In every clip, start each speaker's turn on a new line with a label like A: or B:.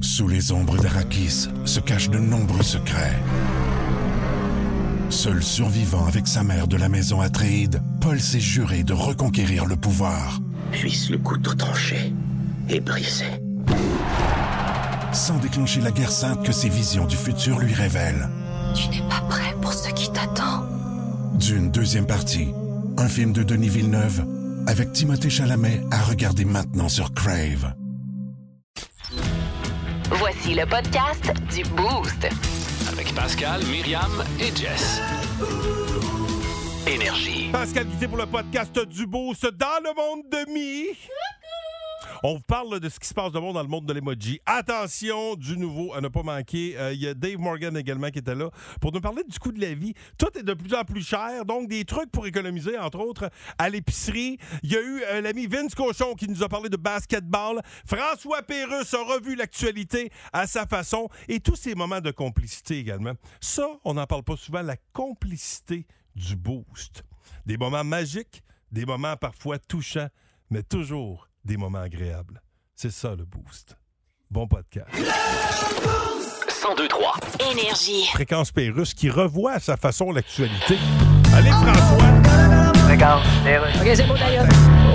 A: Sous les ombres d'Arakis se cachent de nombreux secrets. Seul survivant avec sa mère de la maison Atréide, Paul s'est juré de reconquérir le pouvoir.
B: Puisse le couteau tranché et brisé.
A: Sans déclencher la guerre sainte que ses visions du futur lui révèlent.
C: Tu n'es pas prêt pour ce qui t'attend.
A: D'une deuxième partie, un film de Denis Villeneuve, avec Timothée Chalamet à regarder maintenant sur Crave.
D: Voici le podcast du Boost.
E: Avec Pascal, Myriam et Jess. Énergie.
F: Pascal Guité pour le podcast du Beauce dans le monde de mi. On vous parle de ce qui se passe de bon dans le monde de l'emoji. Attention, du nouveau à ne pas manquer. Euh, Il y a Dave Morgan également qui était là pour nous parler du coût de la vie. Tout est de plus en plus cher, donc des trucs pour économiser, entre autres, à l'épicerie. Il y a eu euh, l'ami Vince Cochon qui nous a parlé de basketball. François Pérusse a revu l'actualité à sa façon et tous ces moments de complicité également. Ça, on n'en parle pas souvent, la complicité du boost. Des moments magiques, des moments parfois touchants, mais toujours des moments agréables. C'est ça le boost. Bon podcast.
E: 1023.
D: Énergie.
F: Fréquence Pérusse qui revoit à sa façon l'actualité. Allez, François!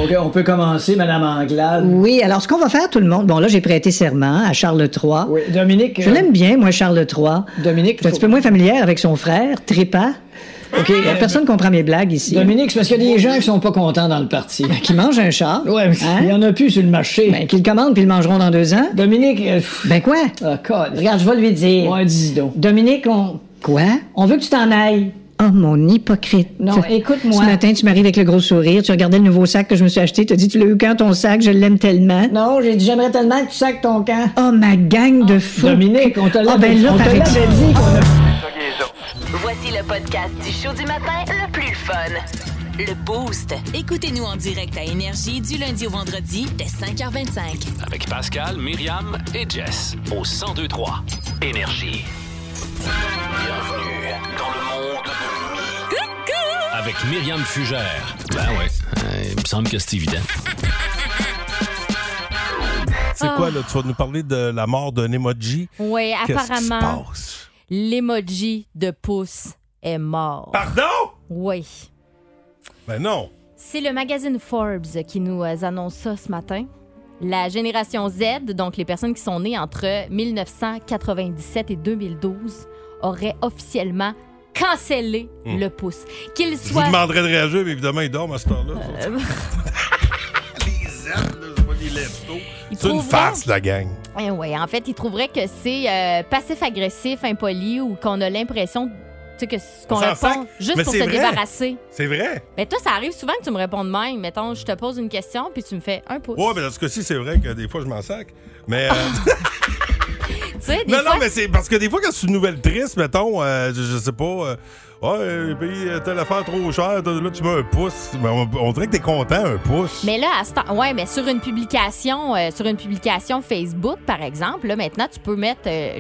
G: OK, on peut commencer, Madame Anglade.
H: Oui, alors ce qu'on va faire, tout le monde. Bon, là, j'ai prêté serment à Charles III.
G: Oui, Dominique.
H: Je
G: euh,
H: l'aime bien, moi, Charles III.
G: Dominique,
H: Je suis un
G: faut-
H: petit peu moins familière avec son frère, Trépas. OK. personne comprend mes blagues ici.
G: Ah,
H: Ben,
G: Dominique, c'est parce qu'il y a des gens qui sont pas contents dans le parti.
H: Qui mange un char.
G: Ouais, mais
H: Hein?
G: il y en a plus sur le marché.
H: Ben, qui le commande, puis ils le mangeront dans deux ans.
G: Dominique, euh, pff,
H: Ben quoi?
G: ah, code.
H: Regarde, je vais lui dire.
G: Ouais, dis donc.
H: Dominique, on. Quoi?
G: On veut que tu t'en ailles.
H: Oh, mon hypocrite.
G: Non, écoute-moi.
H: Ce matin, tu m'arrives avec le gros sourire, tu regardais le nouveau sac que je me suis acheté, tu as dit, tu l'as eu quand ton sac, je l'aime tellement.
G: Non, j'ai dit j'aimerais tellement que tu sacs ton camp. Ah,
H: Oh, ma gang de fous.
G: Dominique, on te
H: Ah,
G: l'avait
H: ben là,
G: on te
H: paraît-il.
G: l'avait dit qu'on a-
D: Voici le podcast du show du matin le plus fun. Le Boost.
I: Écoutez-nous en direct à Énergie du lundi au vendredi dès 5h25.
E: Avec Pascal, Myriam et Jess. Au 1023. Énergie. Bienvenue dans le monde de Coucou! Avec Myriam Fugère. Ben ouais, euh, il me semble que c'est évident.
F: C'est quoi, là? Tu vas nous parler de la mort d'un emoji?
J: Oui,
F: Qu'est-ce qui se
J: apparemment,
F: passe?
J: l'emoji de pouce est mort.
F: Pardon?
J: Oui.
F: Ben non!
J: C'est le magazine Forbes qui nous euh, annonce ça ce matin. La génération Z, donc les personnes qui sont nées entre 1997 et 2012, aurait officiellement cancellé
F: Hmm.
J: le pouce. Qu'ils
F: Je vous
J: soient
F: demanderais de réagir, mais évidemment, ils dorment à cette heure-là. Les ailes, là, c'est pas des lève-tôt.
J: Ils
F: C'est une
J: trouveront-
F: farce, la gang.
J: Eh ouais, en fait, ils trouveraient que c'est euh, passif-agressif, impoli ou qu'on a l'impression tu sais, que ce qu'on
F: s'en
J: répond
F: sac.
J: juste
F: Mais
J: pour
F: c'est
J: se
F: vrai.
J: débarrasser.
F: C'est vrai?
J: Mais toi, ça arrive souvent que tu me réponds de même. Mettons, je te pose une question, puis tu me fais un pouce.
F: Ouais, mais dans ce cas-ci, c'est vrai que des fois, je m'en sac. Mais. euh,
J: Tu sais, des
F: Non,
J: fois,
F: non, mais c'est parce que des fois, quand c'est une nouvelle triste, mettons, euh, je, je sais pas, euh, Ah, euh, j'ai payé euh, telle affaire trop chère, t'as- là, tu mets un pouce. Mais on, on dirait que t'es content, un pouce.
J: Mais là, à ce temps- ouais, mais sur une publication, euh, sur une publication Facebook, par exemple, là, maintenant, tu peux mettre euh,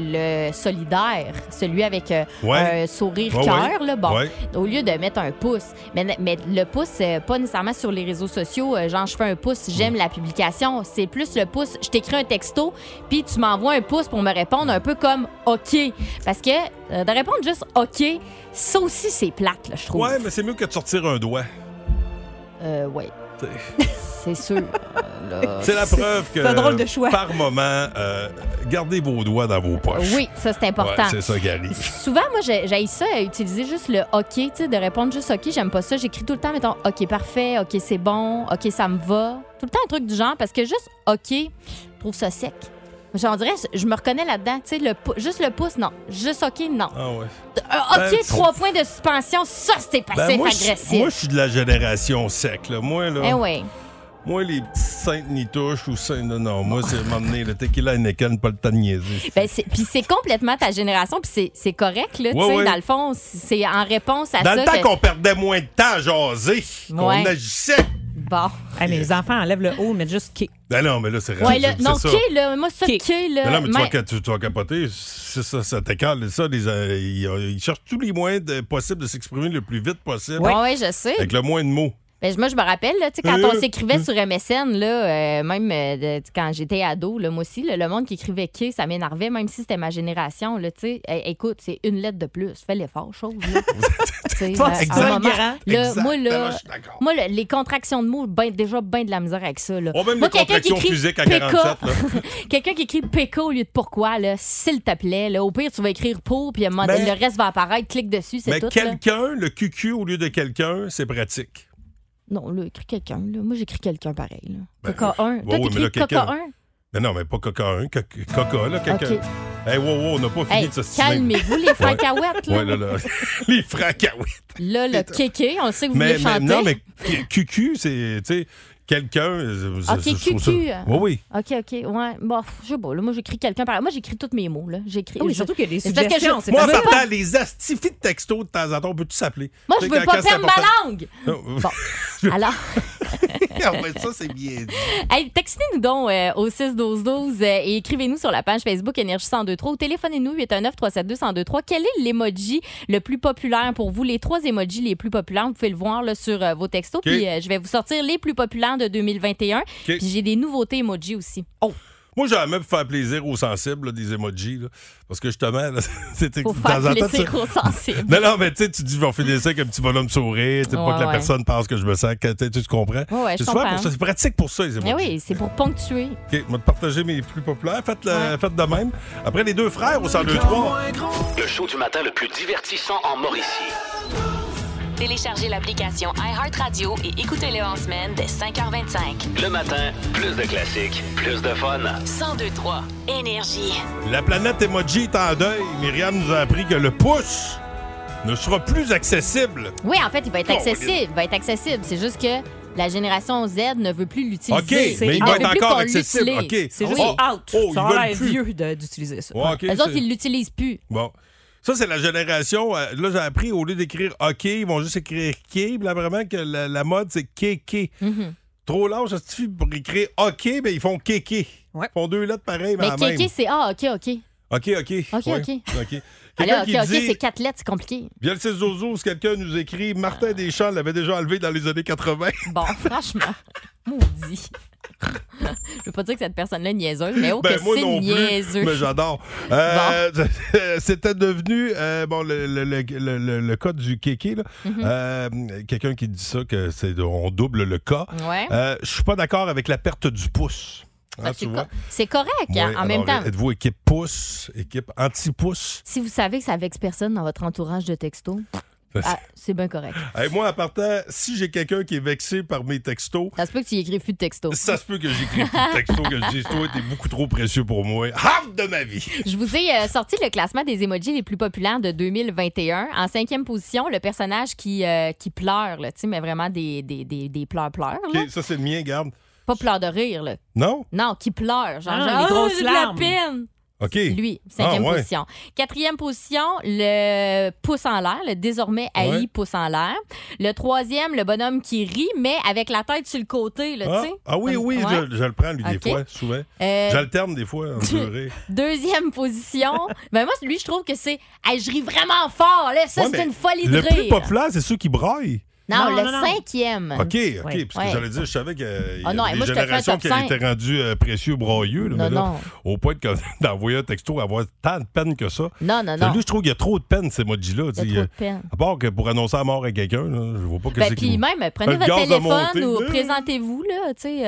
J: le solidaire, celui avec euh,
F: Ouais.
J: un sourire
F: Ouais,
J: cœur, là, bon,
F: Ouais.
J: au lieu de mettre un pouce. Mais, mais le pouce, euh, pas nécessairement sur les réseaux sociaux, euh, genre je fais un pouce, j'aime la publication. C'est plus le pouce, je t'écris un texto, puis tu m'envoies un pouce pour me répondre un peu comme OK. Parce que euh, de répondre juste OK, ça aussi, c'est plate, là, je trouve.
F: Ouais, mais c'est mieux que de sortir un doigt.
J: Euh, ouais.
F: T'sais.
J: C'est sûr. euh, là,
F: C'est la preuve que.
C: c'est un drôle de choix.
F: Par moment, euh, gardez vos doigts dans vos poches.
J: Oui, ça c'est
F: Ouais,
J: important.
F: c'est ça, Gary.
J: Souvent, moi, j'ai j'haïs ça, à utiliser juste le OK, tu sais, de répondre juste OK, j'aime pas ça. J'écris tout le temps, mettons, OK, parfait, OK, c'est bon, OK, ça me va. Tout le temps un truc du genre, parce que juste OK, je trouve ça sec. J'en dirais, je me reconnais là-dedans, tu sais, le pou- juste le pouce, non. Juste OK, non.
F: Ah ouais.
J: Un OK,
F: Ben,
J: trois points de suspension, ça, c'est
F: Ben, moi, je
J: passif-agressif.
F: suis- moi, je suis de la génération sec. Là. Moi, là,
J: eh oui.
F: moi, les petites saintes ni touches ou saintes. Non, non, moi, c'est m'emmener le tequila et Nickel, pas le temps de niaiser.
J: Ben, c'est- Puis c'est complètement ta génération, puis c'est- c'est correct, là, tu
F: Ouais,
J: sais,
F: ouais.
J: dans le fond, c'est en réponse à
F: Dans
J: ça.
F: le temps
J: que-
F: qu'on perdait moins de temps à jaser, qu'on
J: Ouais.
F: agissait.
J: Bon.
C: Hey, mais les enfants enlèvent le haut, mais juste qui.
F: Ben non, mais là, c'est
J: Ouais,
F: rendu-
J: là,
F: c'est
J: non,
F: ça.
J: OK, là, moi, ça,
C: Qui?
J: OK, là.
F: Ben non, mais tu
J: mais-
F: vas, ca- tu, tu vas capoter, c'est ça, ça t'écale. Ça, les, euh, ils, euh, ils cherchent tous les moyens de- possibles de s'exprimer le plus vite possible.
J: Ouais, ouais, je sais.
F: Avec le moins de mots.
J: Ben, moi, je me rappelle, là, tu sais, quand
F: Euh.
J: on s'écrivait
F: Hum.
J: sur MSN, là, euh, même euh, de- quand j'étais ado, là, moi aussi, là, le monde qui écrivait qui, ça m'énervait, même si c'était ma génération. Là, tu sais. Eh, écoute, c'est une lettre de plus. Fais l'effort, chose. Là. Tu sais,
C: Pas
J: à un
C: exact.
J: moment,
C: Grand.
J: là, moi,
F: Exactement,
J: là,
F: je suis d'accord.
J: moi, là, les contractions de mots, ben, déjà, bien de la misère avec ça. Là.
F: Oh, même
J: moi,
F: les contractions physiques à 47, là.
J: quelqu'un qui écrit PK au lieu de pourquoi, là, s'il te plaît, là, au pire, tu vas écrire pour, puis à un moment donné,
F: Mais-
J: le reste va apparaître, clique dessus, c'est
F: Mais
J: tout. là.
F: quelqu'un, le QQ au lieu de quelqu'un, c'est pratique.
J: Non, là, écrit quelqu'un. Là. Moi, j'écris quelqu'un pareil. Là.
F: Ben,
J: Coca1.
F: oui,
J: Toi,
F: oui, mais là,
J: t'écris
F: quelqu'un-
J: Coca1?
F: Mais Ben non, mais pas Coca 1, Coca, là, quelqu'un.
J: Ok.
F: Hey, wow, wow, on n'a pas fini
J: Hey,
F: de se
J: calmez-vous, les fracahuètes. Là.
F: Ouais, là, là. les ah fracahuètes.
J: Là, le kéké, on le sait que vous
F: Mais,
J: voulez
F: mais-
J: chanter.
F: non, mais cu- QQ, c'est, tu sais, quelqu'un. euh,
J: Ok,
F: je- je trouve ça-
J: QQ.
F: Oui, oui.
J: OK, OK. Ouais. Bon, je sais pas. là, moi, j'écris quelqu'un pareil. Moi, j'écris tous mes mots. Là. J'écris,
C: Oui,
J: je-
C: surtout qu'il y a des
J: C'est parce que
C: suggestions,
J: je-
C: c'est
F: Moi, en
J: je veux
F: partant,
J: pas-
F: les astifies de textos de temps en temps, on peut-tu s'appeler?
J: Moi,
F: Tu
J: je
F: sais,
J: veux
F: quand-
J: pas
F: quand c'est
J: perdre ma langue.
F: important.
J: Alors,
F: Ah, ouais, ça, c'est bien dit.
J: hey, textez-nous donc euh, au 6-12-12 euh, et écrivez-nous sur la page Facebook Énergie 1023 ou téléphonez-nous 819-372-1023. Quel est l'emoji le plus populaire pour vous? Les trois emojis les plus populaires, vous pouvez le voir là, sur euh, vos textos.
F: OK.
J: Puis euh, je vais vous sortir les plus populaires de 2021.
F: OK.
J: Puis j'ai des nouveautés emoji aussi. Oh,
F: Moi, j'aimerais même faire plaisir aux sensibles, là, des emojis, là, parce que justement, là, c'est de
J: faut
F: temps
J: faire
F: en temps.
J: plaisir
F: tu-
J: aux sensibles.
F: Non, non, mais tu sais, tu dis, je vais finir ça avec un petit bonhomme sourire, tu sais,
J: Ouais,
F: pas que la
J: ouais.
F: personne pense que je me sens. que- Tu sais, tu comprends?
J: Ouais, ouais, je
F: c'est souvent
J: comprends.
F: pour ça, c'est pratique pour ça, les
J: Mais
F: emojis.
J: oui, c'est pour ponctuer.
F: OK, moi, de partager mes plus populaires. Faites, le- faites de même. Après, les deux frères au 102-3.
E: Le show du matin le plus divertissant en Mauricie.
I: Téléchargez l'application iHeartRadio et écoutez-le en semaine dès 5h25.
E: Le matin, plus de classiques, plus de fun.
I: 1023 Énergie.
F: La planète emoji est en deuil. Myriam nous a appris que le pouce ne sera plus accessible.
J: Oui, en fait, il va être
F: Oh,
J: accessible. Il va être accessible. C'est juste que la génération Z ne veut plus l'utiliser.
F: OK, mais il
J: Elle
F: va
J: veut
F: être
J: Ah, plus qu'on
F: encore accessible. OK.
J: l'utilise.
C: C'est
F: Ah
C: juste
F: oui.
C: out.
F: Oh,
C: ça
F: ils
C: a
F: veulent
C: l'air
F: plus.
C: vieux de- d'utiliser ça.
F: Ouais, OK,
J: Eux autres,
F: c'est-
J: ils l'utilisent plus.
F: Bon. Ça, c'est la génération. euh, Là, j'ai appris, au lieu d'écrire OK, ils vont juste écrire K. Là, vraiment, que la, la mode, c'est kéké. Trop large, ça suffit pour écrire OK, mais ils font kéké.
C: Ouais.
F: Ils font deux lettres pareilles, mais,
J: Mais
F: la
J: Kéké,
F: même.
J: c'est Ah, OK, OK.
F: OK, OK.
J: OK,
F: Ouais,
J: OK.
F: OK. Quelqu'un
J: Alors,
F: qui
J: OK, OK,
F: dit-
J: c'est quatre lettres, c'est compliqué.
F: Via le 6 Zozo, si quelqu'un nous écrit,
J: Ah.
F: Martin Deschamps l'avait déjà enlevé dans les années 80.
J: Bon, franchement, maudit. Je veux pas dire que cette personne-là est niaiseuse, mais oh,
F: Ben,
J: que
F: moi
J: c'est
F: non
J: niaiseux.
F: plus, mais j'adore. Euh, C'était devenu, euh, bon, le, le, le, le- le- le cas du kéké, là.
J: Mhm.
F: Euh, quelqu'un qui dit ça, que c'est on double le cas.
J: Ouais.
F: Euh, Je suis pas d'accord avec la perte du pouce. Hein,
J: Ah,
F: tu
J: c'est
F: vois?
J: co- c'est correct,
F: Ouais,
J: hein, en même temps.
F: alors, euh, Êtes-vous équipe pouce, équipe anti-pouce?
J: Si vous savez que ça vexe personne dans votre entourage de texto, ah, c'est bien correct.
F: Hey, moi, à partant, si j'ai quelqu'un qui est vexé par mes textos,
J: Ça se peut que tu y écris plus de texto.
F: Ça se peut que j'écris plus de texto que je dise toi t'es beaucoup trop précieux pour moi. Half de ma vie.
J: Je vous ai euh, sorti le classement des emojis les plus populaires de 2021. En cinquième position, le personnage qui, euh, qui pleure, là, tu sais, mais vraiment des, des, des, des pleurs-pleurs. là.
F: Ok, ça c'est le mien, garde.
J: Pas pleurs de rire, là.
F: Non?
J: Non, qui pleure. Genre,
C: Ah,
J: genre
C: les
J: Ah,
C: grosses
J: j'ai de la
C: larmes.
J: peine.
F: OK.
J: Lui, cinquième
F: Ah, ouais.
J: position. Quatrième position, le pouce en l'air, le désormais haï
F: Ouais.
J: pouce en l'air. Le troisième, le bonhomme qui rit, mais avec la tête sur le côté, là,
F: Ah,
J: tu sais.
F: ah oui,
J: Comme-
F: oui,
J: Ouais.
F: je, je le prends lui
J: Ok.
F: des fois, souvent.
J: Euh,
F: J'alterne des fois en durée.
J: Deuxième position. ben moi, lui, je trouve que c'est. Hey, je ris vraiment fort, là. Ça,
F: Ouais,
J: c'est
F: mais
J: une folie de
F: Le
J: rire.
F: plus populaire, c'est ceux qui braillent.
J: Non,
C: Non,
J: le
C: non, non.
J: cinquième.
F: OK, OK,
C: Ouais.
F: parce que
J: Ah. Ouais.
F: j'allais dire, je savais que euh, il y
J: Ah
F: avait
J: non,
F: des
J: moi, je te fais un
F: générations
J: top
F: qui
J: cinq.
F: étaient rendues euh, précieux, broyeux.
J: Non,
F: là, mais là,
J: non.
F: Au point de que- d'envoyer un texto, avoir tant de peine que ça.
J: Non, Ah non, non.
F: Lui, je trouve qu'il y a trop de peine, ces emojis-là.
J: Il
F: tu
J: y a
F: sais, euh,
J: trop de peine.
F: À part que pour annoncer la mort à quelqu'un, là, je vois pas que
J: Ben,
F: c'est
J: puis
F: qui-
J: même, prenez
F: Le
J: votre
F: gaz de montée.
J: téléphone ou présentez-vous, là, tu sais, euh,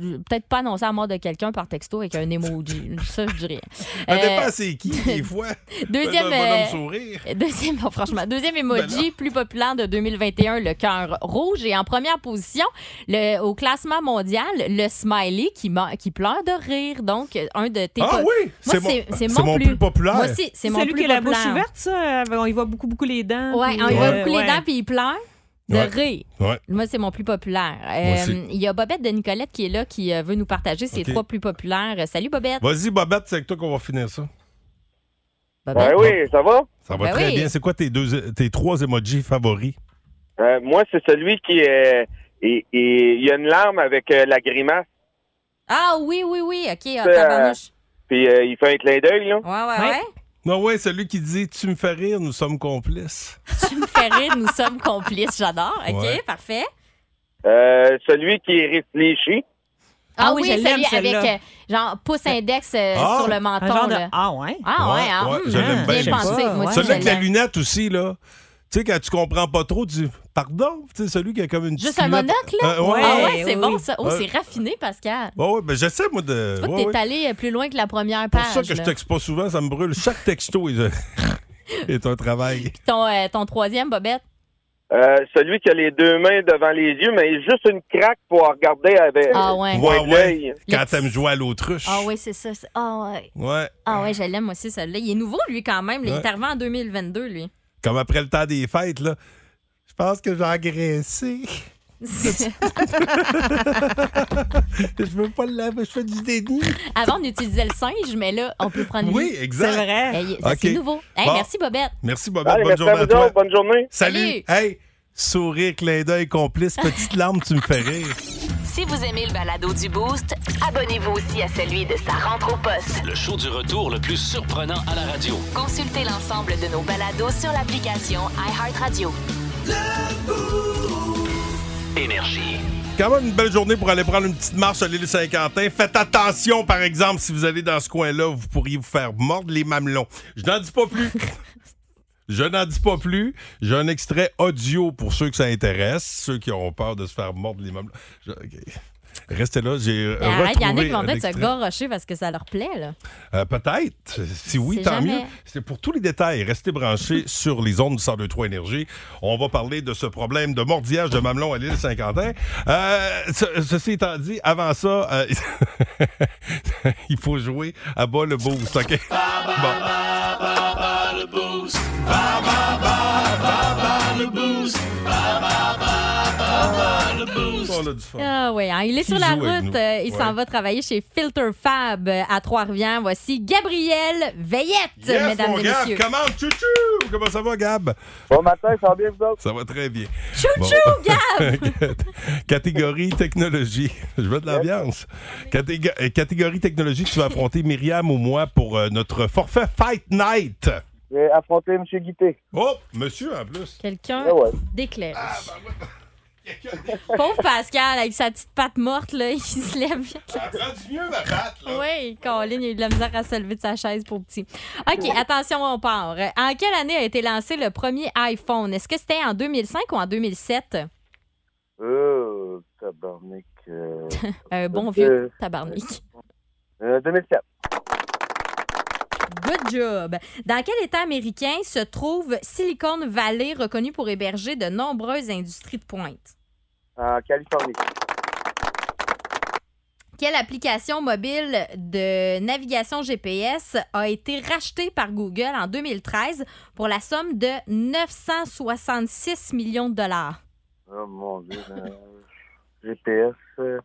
J: euh, peut-être pas annoncer la mort de quelqu'un par texto avec un emoji. Ça, je dirais.
F: Ça
J: Euh,
F: dépend c'est qui, des fois.
J: deuxième,
F: Ben, un bonhomme
J: euh,
F: sourire.
J: Deuxième, non, franchement, deuxième emoji
F: Ben
J: plus populaire de 2021, le cœur rouge. Et en première position, le, au classement mondial, le smiley qui, me- qui pleure de rire. Donc, euh, un de tes.
F: Ah
J: po-
F: oui!
J: Moi,
F: C'est mon,
J: c'est- c'est
F: c'est
J: mon
F: mon
J: plus-
F: plus populaire.
J: Moi aussi, c'est mon
C: celui
J: plus
C: qui a la bouche
J: populaire.
C: ouverte, ça. euh, On y voit beaucoup, beaucoup les dents.
J: Ouais,
C: puis,
J: on y
C: euh,
J: voit beaucoup
C: ouais.
J: les dents, puis il pleure de
F: Ouais.
J: rire.
F: Ouais.
J: Moi, c'est mon plus populaire.
F: Moi aussi.
J: Euh, Il y a Bobette de Nicolette qui est là, qui euh, veut nous partager ses
F: Ok.
J: trois plus populaires. Euh, Salut, Bobette.
F: Vas-y, Bobette, c'est avec toi qu'on va finir ça. Ben
J: Bobette.
K: oui, ça va?
F: Ça va
J: Ben
F: très
J: oui.
F: bien. C'est quoi tes, deux, tes trois emojis favoris?
K: Euh, moi, c'est celui qui est. et- et Il y a une larme avec euh, la grimace,
J: Ah oui, oui, oui. OK, ah,
K: C'est, euh,
J: tabarnouche.
K: puis euh, il fait un clin d'œil, là.
J: Ouais, ouais,
C: Ouais.
J: ouais.
F: Non, ouais, celui qui dit Tu me fais rire, nous sommes complices.
J: Tu me fais rire, nous sommes complices. J'adore. OK,
F: Ouais.
J: parfait.
K: Euh, celui qui est réfléchi.
J: Ah,
C: Ah
J: oui,
C: oui, je
J: celui
C: l'aime,
J: avec
C: celle-là.
J: euh, genre pouce index euh,
F: Ah!
J: sur le
C: Un genre
J: menton.
C: de-
J: là.
C: Ah ouais?
J: Ah ouais, ah,
F: ouais,
J: hum,
F: je l'aime
J: bien
F: bien.
J: pensé. Moi aussi, je
F: Celui avec la
J: l'aime.
F: lunette aussi, là. Tu sais, quand tu comprends pas trop, tu dis pardon. Tu sais, celui qui a comme une
J: Juste
F: petite
J: un
F: lunette.
J: monocle, là?
F: Euh, ouais.
J: Ah ouais, c'est
C: oui,
J: bon,
C: oui.
J: ça. Oh,
F: Ouais.
J: c'est raffiné, Pascal.
F: Ouais, ouais, ben j'essaie, moi, de.
J: Tu vois,
F: ouais,
J: t'es
F: ouais.
J: allé euh, plus loin que la première
F: pour
J: page.
F: ça que je
J: là.
F: texte pas souvent, ça me brûle. Chaque texto est, est un travail.
J: ton, euh, ton troisième, Bobette.
K: Euh, celui qui a les deux mains devant les yeux, mais juste une craque pour regarder avec,
J: Ah ouais.
K: avec
F: Ouais, ouais.
K: l'œil.
F: Quand
J: Le
F: t'aimes jouer à l'autruche.
J: Ah ouais, c'est ça. c'est- Ah ouais.
F: Ouais.
J: Ah ouais, je l'aime moi aussi, celui-là. Il est nouveau, lui, quand même. là. Il est
F: Ouais.
J: arrivé en 2022, lui.
F: Comme après le temps des fêtes, là. Je pense que j'ai agressé. Je veux pas le laver, je fais du déni.
J: Avant, on utilisait le singe, mais là, on peut prendre
F: Oui,
J: lui.
C: C'est
F: exact.
C: vrai.
J: Eh, ça,
F: Ok.
J: C'est nouveau. Eh,
F: Bon.
J: Merci, Bobette.
F: Merci, Bobette.
K: Allez,
F: Bonne
K: merci
F: journée
K: à
F: à
K: vous
F: toi.
K: autres. Bonne journée.
F: Salut.
J: Salut.
F: Hey, sourire, clin d'œil, complice, petite larme, tu me fais rire.
D: Si vous aimez le balado du Boost, abonnez-vous aussi à celui de sa rentre au poste.
E: Le show du retour le plus surprenant à la radio.
D: Consultez l'ensemble de nos balados sur l'application iHeartRadio.
E: Énergie.
F: Quand même une belle journée pour aller prendre une petite marche à l'île Saint-Quentin. Faites attention, par exemple, si vous allez dans ce coin-là, vous pourriez vous faire mordre les mamelons. Je n'en dis pas plus. Je n'en dis pas plus. J'ai un extrait audio pour ceux que ça intéresse, ceux qui auront peur de se faire mordre les mamelons. Je- ok. Restez là, j'ai euh,
J: Eh, Arrête,
F: retrouvé
J: Yannick va
F: un
J: peut-être se
F: extrait.
J: garrocher parce que ça leur plaît, là.
F: Euh, Peut-être. Si oui,
J: C'est
F: tant
J: jamais.
F: mieux. C'est pour tous les détails. Restez branchés sur les ondes du 1023 Énergie. On va parler de ce problème de mordillage de mamelon à l'île Saint-Quentin. Euh, ce- ceci étant dit, avant ça, euh, il faut jouer à bas le boost, OK? Bon. On a du fun.
J: Ah oui, hein, il est
F: Qui
J: sur la
F: joue avec nous?
J: route. euh, il s'en
F: Ouais.
J: va travailler chez Filter Fab euh, à Trois-Rivières. Voici Gabriel Veillette,
F: Yes,
J: mesdames
F: mon
J: et
F: Gab,
J: messieurs.
F: comment tchou-tchou? Comment ça va, Gab?
K: Bon matin, ça va bien, vous autres?
F: Ça va très bien.
J: Chouchou, Gab!
F: Catégorie technologie. Je veux de l'ambiance. Catégo- euh, catégorie technologie, tu vas affronter Myriam ou moi pour euh, notre forfait Fight Night.
K: J'ai affronté M. Guité.
F: Oh, monsieur en plus.
J: Quelqu'un
L: Oh.
K: Ah ouais.
J: d'éclair. Pauvre Pascal, avec sa petite patte morte, là, il se lève vite.
F: Ça prend du mieux ma patte, là.
J: Oui, Colin, il a eu de la misère à se lever de sa chaise pour petit. OK, attention, on part. En quelle année a été lancé le premier iPhone? Est-ce que c'était en 2005 ou en 2007?
K: Euh, tabarnak. Euh,
J: Un bon
K: Euh,
J: vieux tabarnak.
K: euh, 2007.
J: Good job. Dans quel État américain se trouve Silicon Valley, reconnu pour héberger de nombreuses industries de pointe?
K: En Californie.
J: Quelle application mobile de navigation GPS a été rachetée par Google en 2013 pour la somme de 966 millions de dollars?
K: Oh mon dieu. euh, GPS. euh,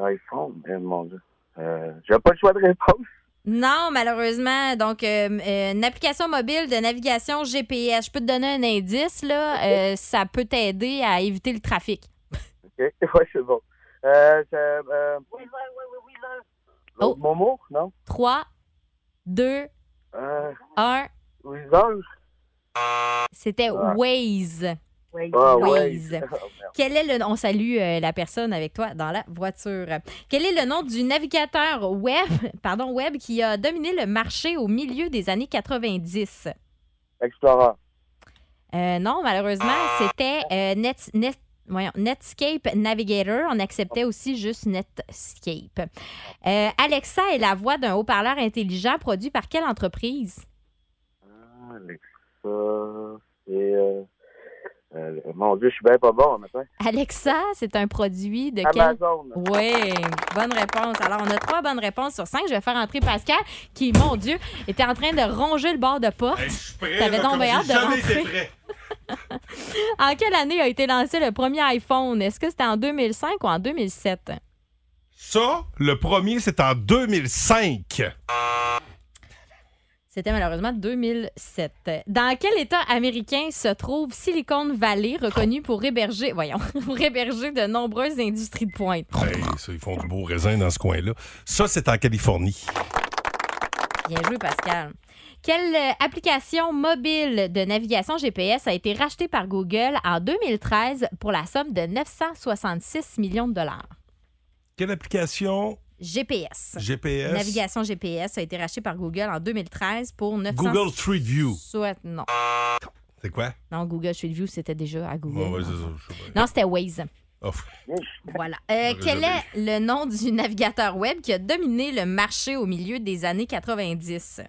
K: iPhone. Eh, mon dieu. Euh, J'ai pas le choix de réponse.
J: Non, malheureusement. Donc, euh, euh, une application mobile de navigation GPS. Je peux te donner un indice, là. Euh, ça peut t'aider à éviter le trafic.
K: OK. Ouais, c'est bon. Euh, c'est, euh, Wheeler, Wheeler, Wheeler.
J: Oh.
K: Momo, non?
J: 3, 2,
K: Euh,
J: 1.
K: Wheeler.
J: C'était
K: Ah.
J: Waze.
K: Ah,
J: Waze.
K: ouais.
J: Quel est le on salue euh, la personne avec toi dans la voiture. Quel est le nom du navigateur web, pardon, web qui a dominé le marché au milieu des années 90
K: Explorer.
J: Euh, non, malheureusement, c'était euh, Net- Net- voyons, Netscape Navigator. On acceptait aussi juste Netscape. Euh, Alexa est la voix d'un haut-parleur intelligent produit par quelle entreprise?
K: Alexa. Et. Euh, euh, mon dieu, je suis bien pas bon en matin.
J: Alexa, c'est un produit de quelle
K: Amazon.
J: Oui, bonne réponse. Alors, on a trois bonnes réponses sur cinq. Je vais faire entrer Pascal, qui, mon Dieu, était en train de ronger le bord de porte.
F: Hey, je suis prêt.
J: T'avais
F: là,
J: donc
F: comme
J: bien
F: j'ai
J: hâte de
F: jamais été
J: rentrer.
F: prêt.
J: En quelle année a été lancé le premier iPhone? Est-ce que c'était en 2005 ou en 2007?
F: Ça, le premier, c'est en 2005.
J: C'était malheureusement 2007. Dans quel État américain se trouve Silicon Valley, reconnu pour héberger, voyons, pour héberger de nombreuses industries de pointe?
F: Hey, ça, ils font du beau raisin dans ce coin-là. Ça, c'est en Californie.
J: Bien joué, Pascal. Quelle euh, application mobile de navigation GPS a été rachetée par Google en 2013 pour la somme de 966 millions de dollars?
F: Quelle application
J: GPS.
F: GPS?
J: Navigation GPS a été rachetée par Google en 2013 pour 900...
F: Google Street View.
J: Soit, non.
F: C'est quoi?
J: Non, Google Street View, c'était déjà à Google.
F: Ouais, ouais,
J: dans le
F: c'est ça,
J: fond.
F: je sais
J: non, c'était Waze.
F: Oh.
J: Voilà. Euh,
F: J'aurais
J: quel
F: jamais
J: est le nom du navigateur web qui a dominé le marché au milieu des années 90?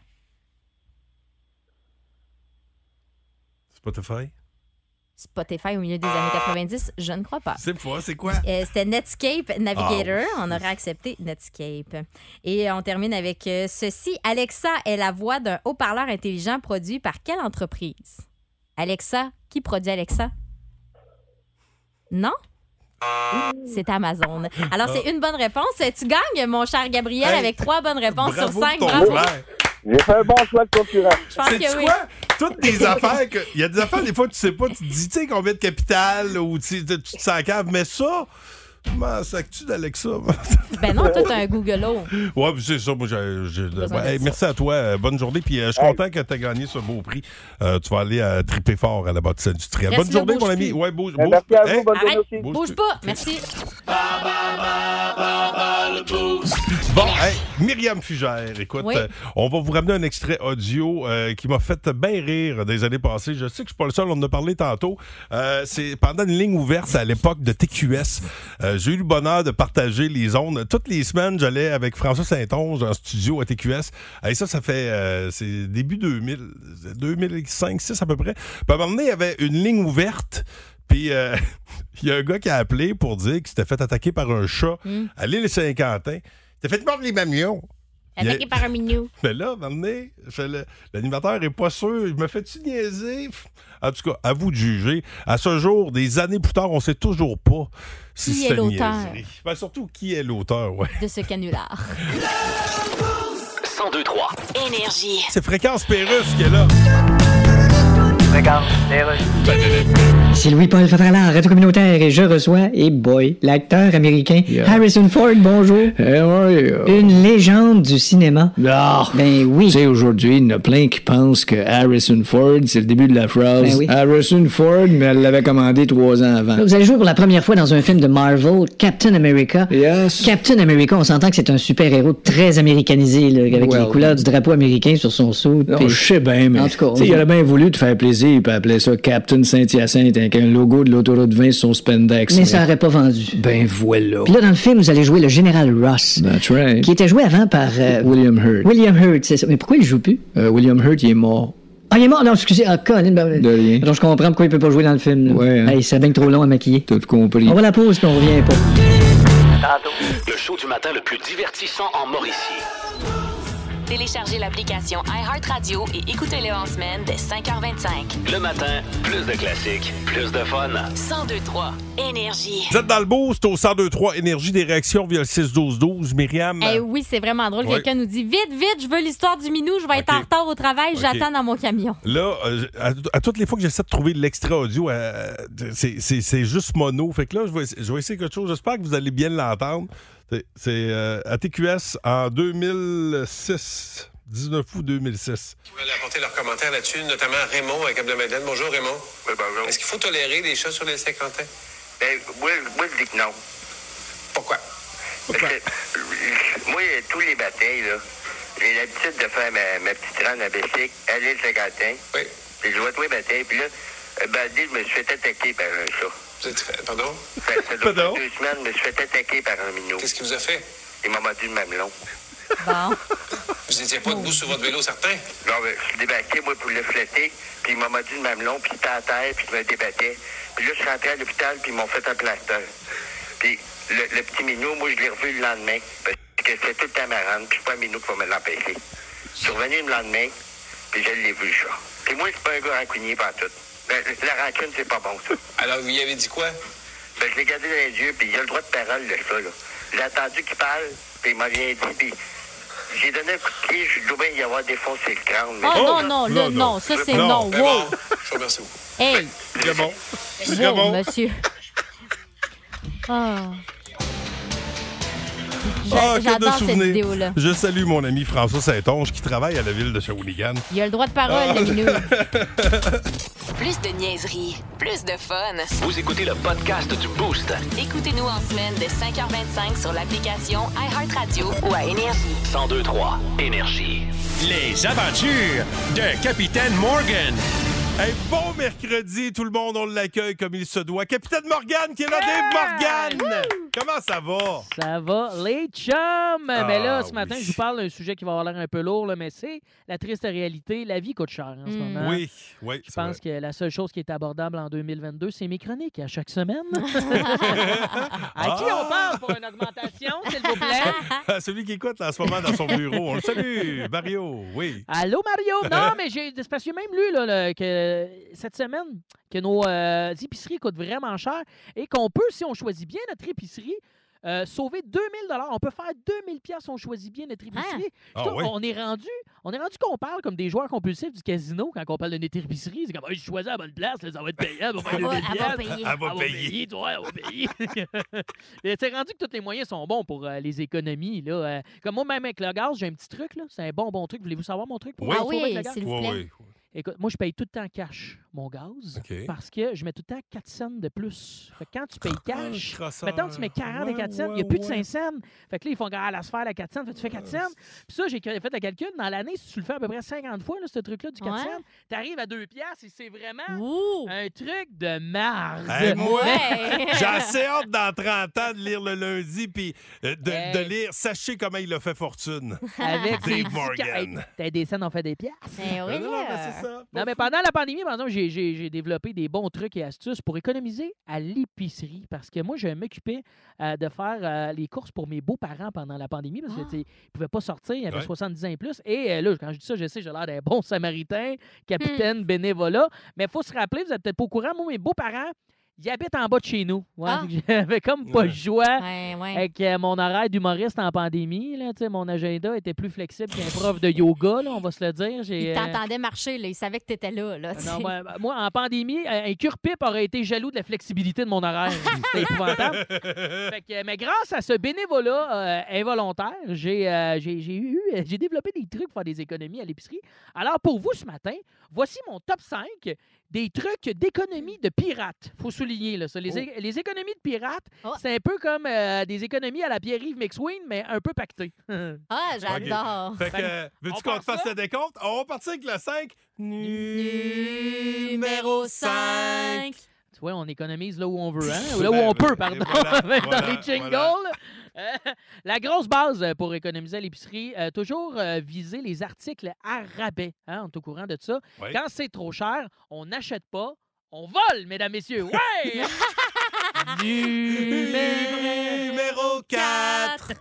F: Spotify?
J: Spotify au milieu des années 90? Je ne crois pas.
F: C'est pas, c'est quoi?
J: Euh, C'était Netscape Navigator.
F: Ah,
J: On aurait accepté Netscape. Et on termine avec euh, ceci. Alexa est la voix d'un haut-parleur intelligent produit par quelle entreprise? Alexa, qui produit Alexa? Non? C'est Amazon. Alors, c'est une bonne réponse. Tu gagnes, mon cher Gabriel,
K: Hey,
J: avec trois bonnes réponses
K: bravo
J: sur cinq.
K: pour ton
J: Bravo.
F: flair.
K: J'ai fait un bon choix de concurrent.
J: Je pense
F: Sais-tu
J: que oui.
F: quoi? Toutes des affaires que. Il y a des affaires, des fois, tu sais pas, tu te dis, tu sais, combien de capital ou tu tu te sens cave, mais ça. Comment sacs-tu d'Alexa?
J: Ben non, toi, t'as un Google O.
F: ouais, puis c'est ça. Moi, j'ai- j'ai-
J: besoin
F: ouais,
J: de
F: hey,
J: ça.
F: merci à toi. euh, bonne journée. Puis euh, je suis content que tu as gagné ce beau prix. Euh, tu vas aller euh, triper fort à la bâtisse industrielle.
J: Reste
F: bonne
J: là,
F: journée,
J: bouge
F: mon ami.
J: plus.
F: Ouais, bouge,
J: Ben,
F: bouge.
J: merci à vous,
F: Hey,
J: bonne journée aussi.
F: bouge
J: Bouge pas. Merci.
F: Bon, hey, Myriam Fugère, écoute,
J: Oui.
F: euh, on va vous ramener un extrait audio euh, qui m'a fait bien rire des années passées. Je sais que je suis pas le seul, on en a parlé tantôt. Euh, c'est pendant une ligne ouverte à l'époque de TQS. Euh, J'ai eu le bonheur de partager les ondes. Toutes les semaines, j'allais avec François Saint-Onge en studio à TQS. Et ça, ça fait euh, c'est début 2000, 2005, 6 à peu près. Puis à un moment donné, il y avait une ligne ouverte. Puis euh, il y a un gars qui a appelé pour dire qu'il s'était fait attaquer par un chat
J: Hmm.
F: à l'île Saint-Quentin. Il s'était fait mordre les mamelons. Il y a-
J: Attaqué par un minou.
F: Mais là, à un moment donné, je fais le- l'animateur est pas sûr. Je me fais-tu niaiser? Pff. En tout cas, à vous de juger. À ce jour, des années plus tard, on sait toujours pas si
J: Qui est
F: c'était
J: l'auteur?
F: niaisé. Ben, surtout, qui est l'auteur, ouais.
J: De ce canular.
E: 1023.
I: Énergie.
F: C'est Fréquence Pérusse qui est là.
H: Ben, C'est Louis-Paul Favralard, Radio Communautaire, et je reçois, et boy, l'acteur américain Harrison Ford, bonjour.
M: Eh
H: Une légende du cinéma. ben oui.
M: euh. Ah, Tu sais, aujourd'hui, il y en a plein qui pensent que Harrison Ford, c'est le début de la phrase.
H: Ben oui.
M: Harrison Ford, mais elle l'avait commandé trois ans avant.
H: Là, Vous allez jouer pour la première fois dans un film de Marvel, Captain America. Captain America, on s'entend que c'est un super-héros très américanisé, là, avec les
M: Well.
H: couleurs du drapeau américain sur son seau.
M: Non, je sais bien, mais
H: En tout cas,
M: tu sais, il aurait bien voulu te faire plaisir, il peut appeler ça Captain Saint-Hyacinthe avec un logo de l'autoroute 20 sur son spandex.
H: mais ça aurait pas vendu.
M: Ben voilà.
H: Puis là, dans le film, vous allez jouer le général Ross,
M: That's right.
H: qui était joué avant par euh,
M: William Hurt.
H: William Hurt, c'est ça. Mais pourquoi il joue plus?
M: Euh, William Hurt, il est mort.
H: Ah, il est mort! Non, excusez. Ah, Colin, ben,
M: De rien.
H: donc je comprends pourquoi il peut pas jouer dans le film. là.
M: Ouais, hein.
H: Hey, c'est bien que trop long à maquiller.
M: T'as tout compris.
H: On va à la pause, puis on revient pas.
E: Le show du matin le plus divertissant en Mauricie.
I: Téléchargez l'application iHeartRadio et écoutez-le en semaine dès 5h25.
E: Le matin, plus de classiques, plus de fun.
I: 1023 Énergie.
F: Vous êtes dans le boost au 1023 Énergie des réactions via le 6-12-12. Myriam.
J: Eh oui, c'est vraiment drôle.
F: Ouais.
J: Quelqu'un nous dit Vite, vite, je veux l'histoire du minou, je vais être en retard au travail,
F: Ok.
J: j'attends dans mon camion.
F: Là, euh, à, à toutes les fois que j'essaie de trouver de l'extrait audio, euh, c'est- c'est c'est juste mono. Fait que là, je vais, essa- je vais essayer quelque chose. J'espère que vous allez bien l'entendre. C'est c'est, euh, à TQS en 2006. 19 août 2006.
N: Ils veulent apporter leurs commentaires là-dessus, notamment Raymond à Cap-de-Madeleine. Bonjour, Raymond. Est-ce qu'il faut tolérer les chats sur les 50 ans? Ben, moi, je dis que non. Pourquoi?
O: Parce que, euh, moi, euh, tous les matins, là, j'ai l'habitude de faire ma, ma petite rande à Bessic, à l'île Saint-Quentin.
N: Oui.
O: Puis je vois tous les matins, puis là, euh, ben, dis, je me suis fait attaquer par un chat.
N: Vous êtes fait- Pardon?
O: Ça, ça doit faire deux semaines, je me suis fait attaquer par un minot.
N: Qu'est-ce qu'il vous a fait?
O: Il m'a mordu le mamelon.
N: Vous n'étiez pas debout sur votre vélo, certain?
O: Non, ben, je suis débatté, moi, pour le flatter, puis il m'a mordu le mamelon, puis il était à terre, puis je me débattais. Puis là, je suis rentré à l'hôpital, puis ils m'ont fait un plaster. Puis le, le petit minot, moi, je l'ai revu le lendemain, parce que c'était tout le temps ma rente, puis c'est pas un minot qui va me l'empêcher. Je suis revenu le lendemain, puis je l'ai vu, le chat. Puis moi, je suis pas un gars rancunier, pas tout. Ben, la rancune, c'est pas bon, ça.
N: Alors, vous y avez dit quoi?
O: Ben, je l'ai gardé dans les yeux, puis il a le droit de parole, le chat, là. J'ai attendu qu'il parle, puis il m'a rien dit, puis j'ai donné un coup de pied, je dois bien y avoir défoncé le crâne. mais-
J: Oh, non, non, là, non, ça c'est non.
O: Ben
J: Wow.
O: bon,
N: Je vous remercie beaucoup.
J: Hey,
F: C'est bon.
J: wow, monsieur. Ah.
F: Ah, que de
J: J'adore cette
F: souvenirs.
J: vidéo-là.
F: Je salue mon ami François Saint-Onge qui travaille à la ville de Shawinigan.
J: Il a le droit de parole,
F: Ah.
J: le minou.
I: Plus de niaiserie, plus de fun.
E: Vous écoutez le podcast du Boost.
I: Écoutez-nous en semaine de 5h25 sur l'application iHeartRadio ou à Énergie.
E: 1023 Énergie.
P: Les aventures de Capitaine Morgan.
F: Hey, bon mercredi, tout le monde, on l'accueille comme il se doit. Capitaine Morgan qui est là, Dave Morgan! Comment ça va?
L: Ça va, les chums! mais là, ce matin,
F: oui.
L: je vous parle d'un sujet qui va avoir l'air un peu lourd, là, mais c'est la triste réalité. La vie coûte cher hein, en ce
F: Mm.
L: moment.
F: Oui, oui,
L: Je pense que la seule chose qui est abordable en 2022, c'est mes chroniques à chaque semaine. à qui on parle pour une augmentation, s'il vous plaît?
F: Ah, Celui qui écoute en ce moment dans son bureau. On le salue, Mario, oui.
L: Allô, Mario? Non, mais j'ai c'est parce que j'ai même lu là, le- que cette semaine que nos euh, épiceries coûtent vraiment cher et qu'on peut, si on choisit bien notre épicerie, euh, sauver 2000 dollars, on peut faire 2000 pièces si on choisit bien notre épicerie.
F: Ah
L: Écoute,
F: oui.
L: On est rendu, on est rendu qu'on parle comme des joueurs compulsifs du casino quand on parle de notre épicerie, c'est comme Ah, Hey, je choisis la bonne place, là, ça va être payant, ça
P: Elle va-
L: faire 2000
P: elle va
L: piastres.
F: Ah,
P: payer. Elle va payer.
L: payer, Ah, toi, elle va payer. Mais C'est rendu que tous les moyens sont bons pour euh, les économies. Là. Euh, comme moi, même avec le gaz, j'ai un petit truc. là. C'est un bon, bon truc. Voulez-vous savoir mon truc? pour
J: Oui.
L: me
J: Ah oui,
L: sauver avec le
J: s'il
L: gaz?
J: vous plaît. Oui,
L: Écoute, moi, je paye tout le temps cash, mon gaz,
F: OK.
L: parce que je mets tout le temps 4 cents de plus. Fait que quand tu payes cash,
F: crosseur.
L: mettons, tu mets 40 et
F: Ouais,
L: 4 cents, il n'y a
F: ouais,
L: plus de
F: ouais. Ah,
L: 5 cents. Fait que là, ils font ah, la sphère à 4 cents, fait que tu fais 4 cents. Puis ça, j'ai fait le calcul. Dans l'année, si tu le fais à peu près 50 fois, là, ce truc-là du 4
P: Ouais.
L: cents, t'arrives à 2 piastres et c'est vraiment un truc de marde.
F: Hey, Eh, moi,
L: Mais-
F: j'ai assez hâte dans 30 ans de lire le lundi puis euh, de,
L: Hey.
F: de lire Sachez comment il a fait fortune.
L: avec ses
F: Dave
L: petits ca- Hey,
F: Morgan.
L: T'as des scènes, on fait des pièces.
F: Eh oui, Non, là. mais c'est ça.
L: Non, mais pendant la pandémie, par exemple, j'ai- j'ai j'ai développé des bons trucs et astuces pour économiser à l'épicerie parce que moi, je m'occupais euh, de faire euh, les courses pour mes beaux-parents pendant la pandémie parce que tu sais, ils pouvaient pas sortir, ils avaient
P: Ouais.
L: 70 ans et plus. Et euh, là, quand je dis ça, je sais, j'ai l'air d'un bon samaritain, capitaine, bénévolat. Mais il faut se rappeler, vous êtes peut-être pas au courant, moi, mes beaux-parents. Ils habitent en bas de chez nous. Ouais,
J: Ah.
L: J'avais comme pas le choix
J: ouais.
L: avec euh, mon horaire d'humoriste en pandémie. Là, tu sais, mon agenda était plus flexible qu'un prof de yoga, là, on va se le dire.
J: Il
L: J'ai, euh,
J: t'entendait marcher, là. Il savait que t'étais là, là. tu sais.
L: non, moi, moi, en pandémie, un un cure-pipe aurait été jaloux de la flexibilité de mon horaire. C'était épouvantable. Fait que, euh, mais grâce à ce bénévolat euh, involontaire, j'ai euh, j'ai- j'ai eu, euh, j'ai développé des trucs pour faire des économies à l'épicerie. Alors, pour vous ce matin, voici mon top 5 des trucs d'économie de pirates. faut souligner là, ça. Les, é- les économies de pirates, c'est un peu comme euh, des économies à la Pierre-Yves McSween, mais un peu pactées.
J: Ah,
F: OK. Fait que,
L: Ben,
F: euh, veux-tu qu'on te fasse le décompte? On va partir avec le 5. Numéro 5.
L: Tu vois, on économise là où on veut, hein?
F: Ben,
L: là où on
F: ben,
L: peut,
F: ben,
L: pardon,
F: voilà, voilà,
L: dans les jingles.
F: voilà.
L: Euh, la grosse base euh, pour économiser à l'épicerie, euh, toujours euh, viser les articles à rabais. Hein? On est au courant de ça.
P: Ouais.
L: Quand c'est trop cher, on n'achète pas, on vole, mesdames, messieurs. Ouais!
F: Numéro 4.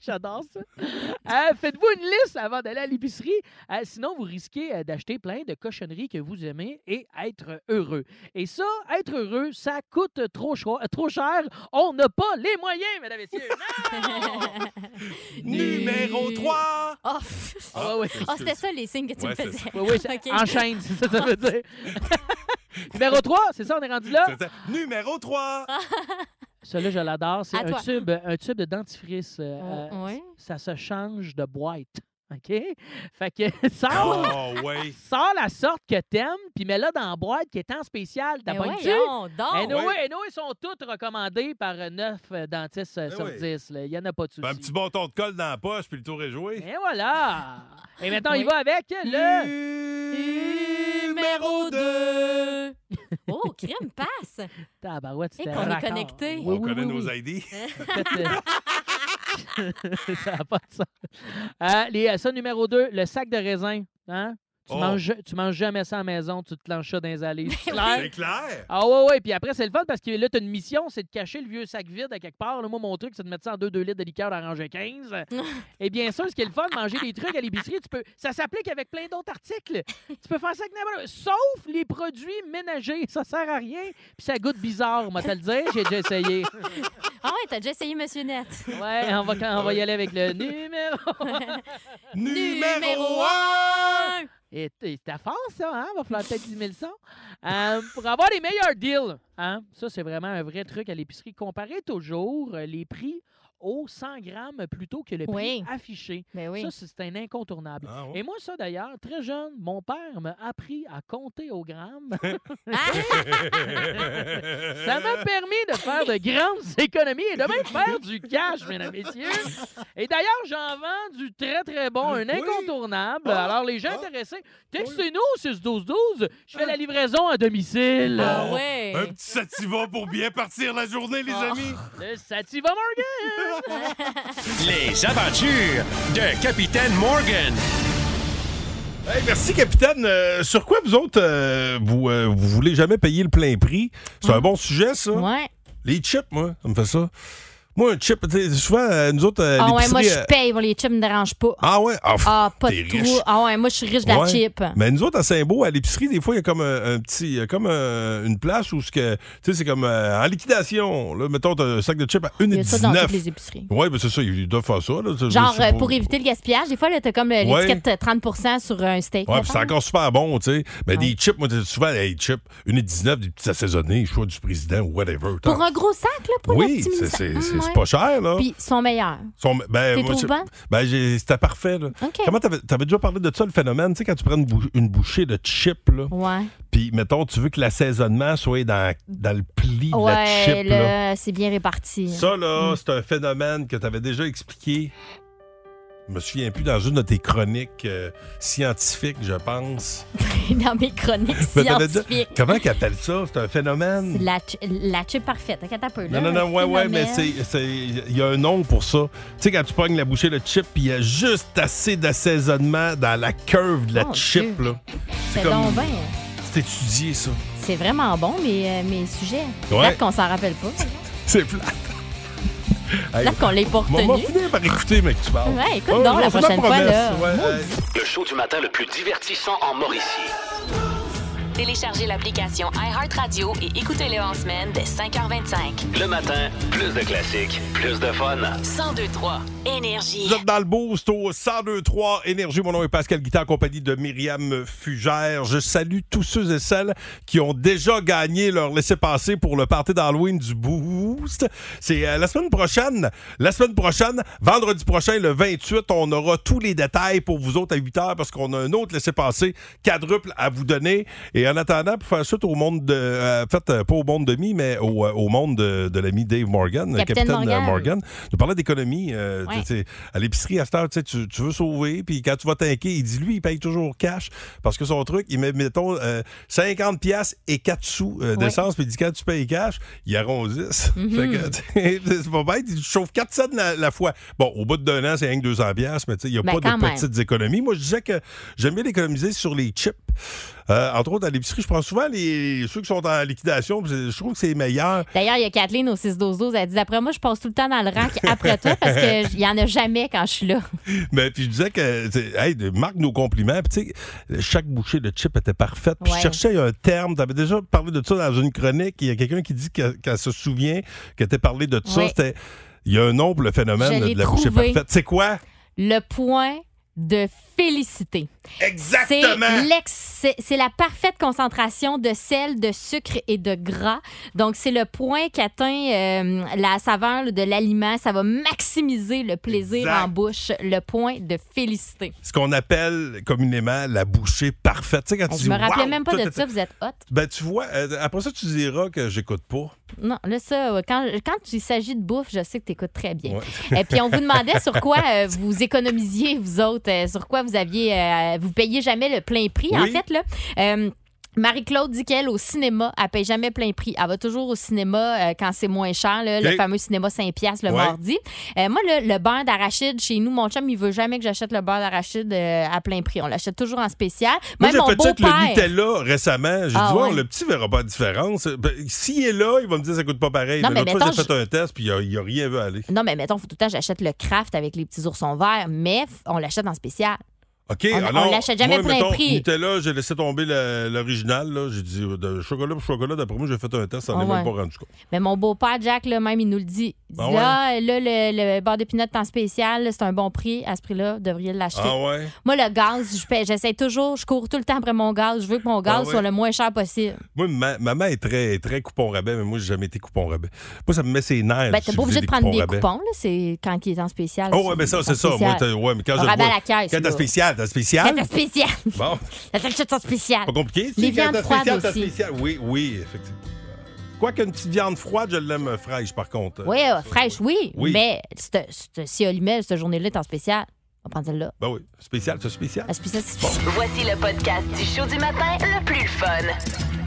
L: J'adore ça. Euh, Faites-vous une liste avant d'aller à l'épicerie. Euh, sinon, vous risquez euh, d'acheter plein de cochonneries que vous aimez et être heureux. Et ça, être heureux, ça coûte trop, cho- euh, trop cher. On n'a pas les moyens, mesdames et messieurs.
F: Numéro 3.
J: Oh,
L: Ah, ouais, ouais.
J: Ah, c'était ça les signes que tu
L: Ouais,
J: me
L: c'est
J: faisais.
L: ça. Ouais, ouais, c'est-
J: Ok.
L: enchaîne, c'est ça que ça veut dire. Numéro 3, c'est ça, Ah, on est rendu là?
F: Numéro 3.
L: Celui-là, je l'adore. C'est
F: À
L: un
F: toi.
L: tube, euh, un tube de dentifrice. euh,
F: Oh,
L: euh,
F: ouais.
L: Ça se change de boîte. OK? Fait que
F: Oh,
L: sors,
F: ouais.
L: sors la sorte que t'aimes, puis mets-la dans la boîte qui est en spécial. T'as
J: Mais oh,
L: pas une
J: Ben
L: Eh
J: voyons donc. Ouais.
L: ils sont toutes recommandées par 9 dentistes euh, sur
F: oui.
L: 10. là. Il y en a pas de souci.
F: Ben, un petit bâton de colle dans la poche, puis le tour est joué.
L: Et voilà! Et maintenant,
F: Oui.
L: il va avec le...
J: Numéro 2! Oh, crime passe!
L: Tabarouette,
J: Et
L: c'était
J: qu'on est
L: raccord.
J: connectés.
L: Oui,
F: On
L: oui,
F: connaît
L: oui,
F: nos
L: oui.
F: ID.
L: ça n'a pas de sens. Euh, les- ça, numéro 2, le sac de raisin. Hein? Tu,
F: Oh.
L: manges, tu manges jamais ça à la maison, tu te lances ça dans les allées. C'est
F: C'est clair.
L: Ah ouais, ouais. Puis après, c'est le fun parce que là, t'as une mission, c'est de cacher le vieux sac vide à quelque part. Là, moi, mon truc, c'est de mettre ça en 2-2 litres de liqueur d'orange 15. Et Eh bien sûr, ce qui est le fun, manger des trucs à l'épicerie, tu peux... ça s'applique avec plein d'autres articles. Tu peux faire ça avec n'importe Sauf les produits ménagers. Ça sert à rien. Puis ça goûte bizarre, moi, te le dire. J'ai déjà essayé.
J: Ah ouais, t'as déjà essayé Monsieur Net.
L: Ouais, on va, on va y aller avec le numéro.
J: Numéro
L: un! Et et c'était fort, ça, hein? Va falloir peut-être 10 000 sons. Euh, pour avoir les meilleurs deals, hein? Ça, c'est vraiment un vrai truc à l'épicerie. Comparez toujours euh, les prix au 100 grammes plutôt que le prix
J: Oui.
L: affiché.
J: oui.
L: Ça, c'est un incontournable.
J: Ah
F: ouais.
L: Et moi, ça d'ailleurs, très jeune, mon père m'a appris à compter au gramme.
J: Ah,
L: Eh, Ça m'a permis de faire de grandes économies et de même faire du cash, mesdames et messieurs. Et d'ailleurs, j'en vends du très, très bon, un incontournable. Alors, les gens intéressés, textez-nous au 612-12. Je fais la livraison à domicile.
J: Ah.
F: Bon, Un petit sativa pour bien partir la journée, les
L: eh. Ah.
F: amis.
L: Le Sativa Morgan!
P: Les aventures de Capitaine Morgan.
F: Hey, merci, capitaine. Euh, sur quoi, vous autres, euh, vous, euh, vous voulez jamais payer le plein prix? C'est
L: Hein?
F: un bon sujet, ça.
J: Ouais.
F: Les chips, moi, ça me fait ça. Moi, un chip, tu sais, souvent, euh, nous autres, euh,
J: Ah ouais, moi,
F: l'épicerie,
J: je
F: euh,
J: paye pour les chips, me dérange pas.
F: Ah ouais? Ah, pff,
J: Ah, pas
F: t'es
J: de trou.
F: riche.
J: Ah ouais, moi, je suis riche de la
F: Ouais.
J: chip.
F: Mais nous autres, à Saint-Beau, à l'épicerie, des fois, il y a comme euh, un, un petit. il y a comme un- une place où ce que. Tu sais, c'est comme euh, en liquidation. Là, mettons, t'as un sac de chips à 1,19.
J: Il y a ça dans toutes les épiceries.
F: Oui, ben c'est ça, ils doivent faire ça. Là, Je- je
J: Genre,
F: sais
J: euh,
F: pas.
J: pour éviter le gaspillage, des fois, là, t'as comme le-
F: Ouais.
J: l'étiquette euh, 30 sur un steak.
F: Ouais,
J: mettons.
F: puis c'est encore super bon, tu sais. Mais des chips, moi, t'as souvent, hey, chips, 1,19, des petits assaisonnés, choix du président ou whatever. t'as-
J: Pour un gros sac, là, pour le
F: oui,
J: petit
F: c'est-
J: mini-sac.
F: c'est
J: Hum,
F: c'est- c'est
J: ouais.
F: pas cher, là.
J: Puis, ils sont meilleurs.
F: Son- ben,
J: T'es
F: moi,
J: trop
F: je-
J: bon?
F: ben, j'ai- c'était parfait. Là.
J: OK.
F: Comment t'avais, t'avais déjà parlé de ça, le phénomène, tu sais, quand tu prends une, bou- une bouchée de chip, là.
J: Ouais.
F: Puis, mettons, tu veux que l'assaisonnement soit dans, dans le pli de la
J: Ouais, Mm.
F: chip, là.
J: là, c'est bien réparti.
F: Ça, là, c'est un phénomène que t'avais déjà expliqué. Je me souviens plus dans une de tes chroniques euh, scientifiques, je pense.
J: dans mes chroniques
F: Mais t'avais dit-
J: scientifiques.
F: comment qu'appelle ça? C'est un phénomène?
J: C'est La, chi- la chip parfaite. Attends un peu, là,
F: Non, non, non,
J: un
F: ouais, ouais, mais
J: phénomène.
F: c'est. c'est- Il y a un nom pour ça. Tu sais, quand tu pognes la bouchée de chip, il y a juste assez d'assaisonnement dans la curve de la
J: Mon
F: chip,
J: Dieu.
F: là.
J: C'est donc bien.
F: C'est étudié, ça.
J: C'est vraiment bon, mes, euh, mes sujets.
F: Ouais.
J: Peut-être qu'on s'en rappelle pas.
F: C'est plate.
J: Là qu'on l'ait pas
F: On va
J: retenu.
F: finir par écouter, mec, tu parles.
J: Ouais, écoute
F: Oh,
J: donc
F: je
J: la
F: lance
J: prochaine fois,
F: promesse,
J: là.
F: ouais, euh,
E: Le show du matin le plus divertissant en Mauricie.
I: Téléchargez l'application iHeartRadio et écoutez-le en semaine dès 5h25.
E: Le matin, plus de classiques, plus de fun.
I: 1023 Énergie.
F: Vous êtes dans le boost au 1023 Énergie. Mon nom est Pascal Guitard, en compagnie de Myriam Fugère. Je salue tous ceux et celles qui ont déjà gagné leur laissez-passer pour le party d'Halloween du Boost. C'est euh, la semaine prochaine. La semaine prochaine, vendredi prochain, le 28, on aura tous les détails pour vous autres à 8 heures parce qu'on a un autre laissez-passer quadruple à vous donner. Et en attendant, pour faire suite au monde de. euh, en fait, euh, pas au monde de mi, mais au, euh, au monde de, de l'ami Dave Morgan,
J: Capitaine Morgan.
F: euh, Morgan. Nous parlait d'économie. euh,
J: Ouais.
F: tu sais, à l'épicerie, à cette heure, tu sais, tu, tu veux sauver, puis quand tu vas tanker, il dit, lui, il paye toujours cash, parce que son truc, il met, mettons, euh, 50 pièces et 4 sous euh, d'essence, puis il dit, quand tu payes cash, il arrondisse.
J: Mhm.
F: Fait que, tu sais, c'est pas bête, il chauffe 4 cents la, la fois. Bon, au bout d'un an, c'est rien que 200 pièces, mais tu sais, il n'y a
J: Ben,
F: pas de
J: quand même.
F: petites économies. Moi, je disais que j'aime bien l'économiser sur les chips. Euh, entre autres, à l'épicerie, je prends souvent les, ceux qui sont en liquidation, puis je trouve que c'est meilleur.
J: D'ailleurs, il y a Kathleen au 6-12-12. Elle dit D'après moi, je passe tout le temps dans le rack après toi parce qu'il n'y en a jamais quand je suis là.
F: Mais Ben, puis je disais que, tu sais, hey, de- marque nos compliments. Puis tu sais, chaque bouchée de chip était parfaite. Puis
J: Ouais.
F: je cherchais un terme. Tu avais déjà parlé de ça dans une chronique. Il y a quelqu'un qui dit que- qu'elle se souvient que tu parlé de ça.
J: Ouais.
F: C'était. Il y a un nom pour le phénomène
J: Je
F: là,
J: l'ai
F: de la bouchée
J: trouvé.
F: parfaite. C'est quoi?
J: Le point de félicité.
F: Exactement.
J: C'est l'ex- C'est c'est la parfaite concentration de sel, de sucre et de gras. Donc, c'est le point qu'atteint euh, la saveur de l'aliment. Ça va maximiser le plaisir
F: Exact.
J: en bouche. Le point de félicité.
F: Ce qu'on appelle communément la bouchée parfaite. Tu sais, quand tu
J: Ben, Je
F: dis,
J: me rappelais
F: wow,
J: même pas
F: tout
J: de
F: était-
J: ça. Vous êtes hot.
F: Ben, tu vois, euh, après ça, tu diras que j'écoute pas.
J: Non, là, ça, euh, quand, quand il s'agit de bouffe, je sais que tu écoutes très bien.
F: Ouais.
J: Et puis, on vous demandait sur quoi euh, vous économisiez, vous autres, euh, sur quoi vous aviez. euh, vous payez jamais le plein prix, en
I: Oui.
J: fait, là. Euh, Marie-Claude dit qu'elle, au cinéma, elle paye jamais plein prix. Elle va toujours au cinéma euh, quand c'est moins cher, là, le
I: OK.
J: fameux cinéma 5 piastres le
I: Ouais.
J: mardi. Euh, moi, le, le beurre d'arachide, chez nous, mon chum, il veut jamais que j'achète le beurre d'arachide euh, à plein prix. On l'achète toujours en spécial.
F: Moi,
J: Même
F: j'ai
J: mon
F: fait ça avec
J: beau-père.
F: le Nutella récemment. J'ai
J: Ah,
F: dit, voir,
J: ouais.
F: le petit verra pas la différence. Ben, S'il est là, il va me dire ça coûte pas pareil.
J: Non,
F: Mais
J: mais
F: L'autre fois, j'ai
J: mettons,
F: fait un test, puis il a- il a rien vu aller.
J: Non, mais mettons, faut tout le temps, j'achète le craft avec les petits oursons verts, mais f- on l'achète en spécial.
F: OK,
J: On- on
F: alors.
J: l'achète jamais
F: moi,
J: plein
F: mettons,
J: prix.
F: Nutella, j'ai laissé tomber la- l'original. là. J'ai dit, euh, de chocolat pour chocolat, d'après moi, j'ai fait un test, ça n'en
J: Ah
F: est même
J: ouais.
F: pas rendu compte.
J: Mais mon beau-père, Jack, là, même, il nous le dit. Il dit,
F: Ah
J: là, là, le, le beurre de pinot temps spécial, là, c'est un bon prix. À ce prix-là, vous devriez l'acheter.
F: Ah ouais?
J: Moi, le gaz, je paie- j'essaie toujours, je cours tout le temps après mon gaz. Je veux que mon gaz
F: Ah ouais.
J: soit le moins cher possible.
F: Moi, ma- maman est très, très coupon rabais, mais moi, j'ai jamais été coupon rabais. Moi, ça me met ses nerfs.
J: Ben,
F: si
J: t'es
F: je
J: pas
F: vis
J: obligé de prendre des
F: rabais.
J: coupons, là, c'est quand il est en spécial.
F: Oh, ouais, mais ça, c'est ça. Moi, t'as- ouais, mais quand je.
J: On rabat
F: vois-
J: à la caisse,
F: Quand
J: là.
F: t'as spécial, t'as
J: Quand
F: spécial.
J: t'as spécial.
F: Bon,
J: La t'achètes en spécial.
F: pas compliqué.
J: Les
F: Si, quand
J: viandes
F: t'as
J: froides
F: spécial, t'as
J: aussi.
F: spécial. Oui, oui, effectivement. Quoique une petite viande froide, je l'aime euh, fraîche, par contre.
J: Oui, euh, fraîche, oui.
F: Oui.
J: Mais c'te- c'te- si Olimel, cette journée-là, est en spécial, on va prendre celle-là.
F: Ben oui, spécial, c'est spécial.
J: spécial,
D: Voici le podcast du show du matin le plus fun.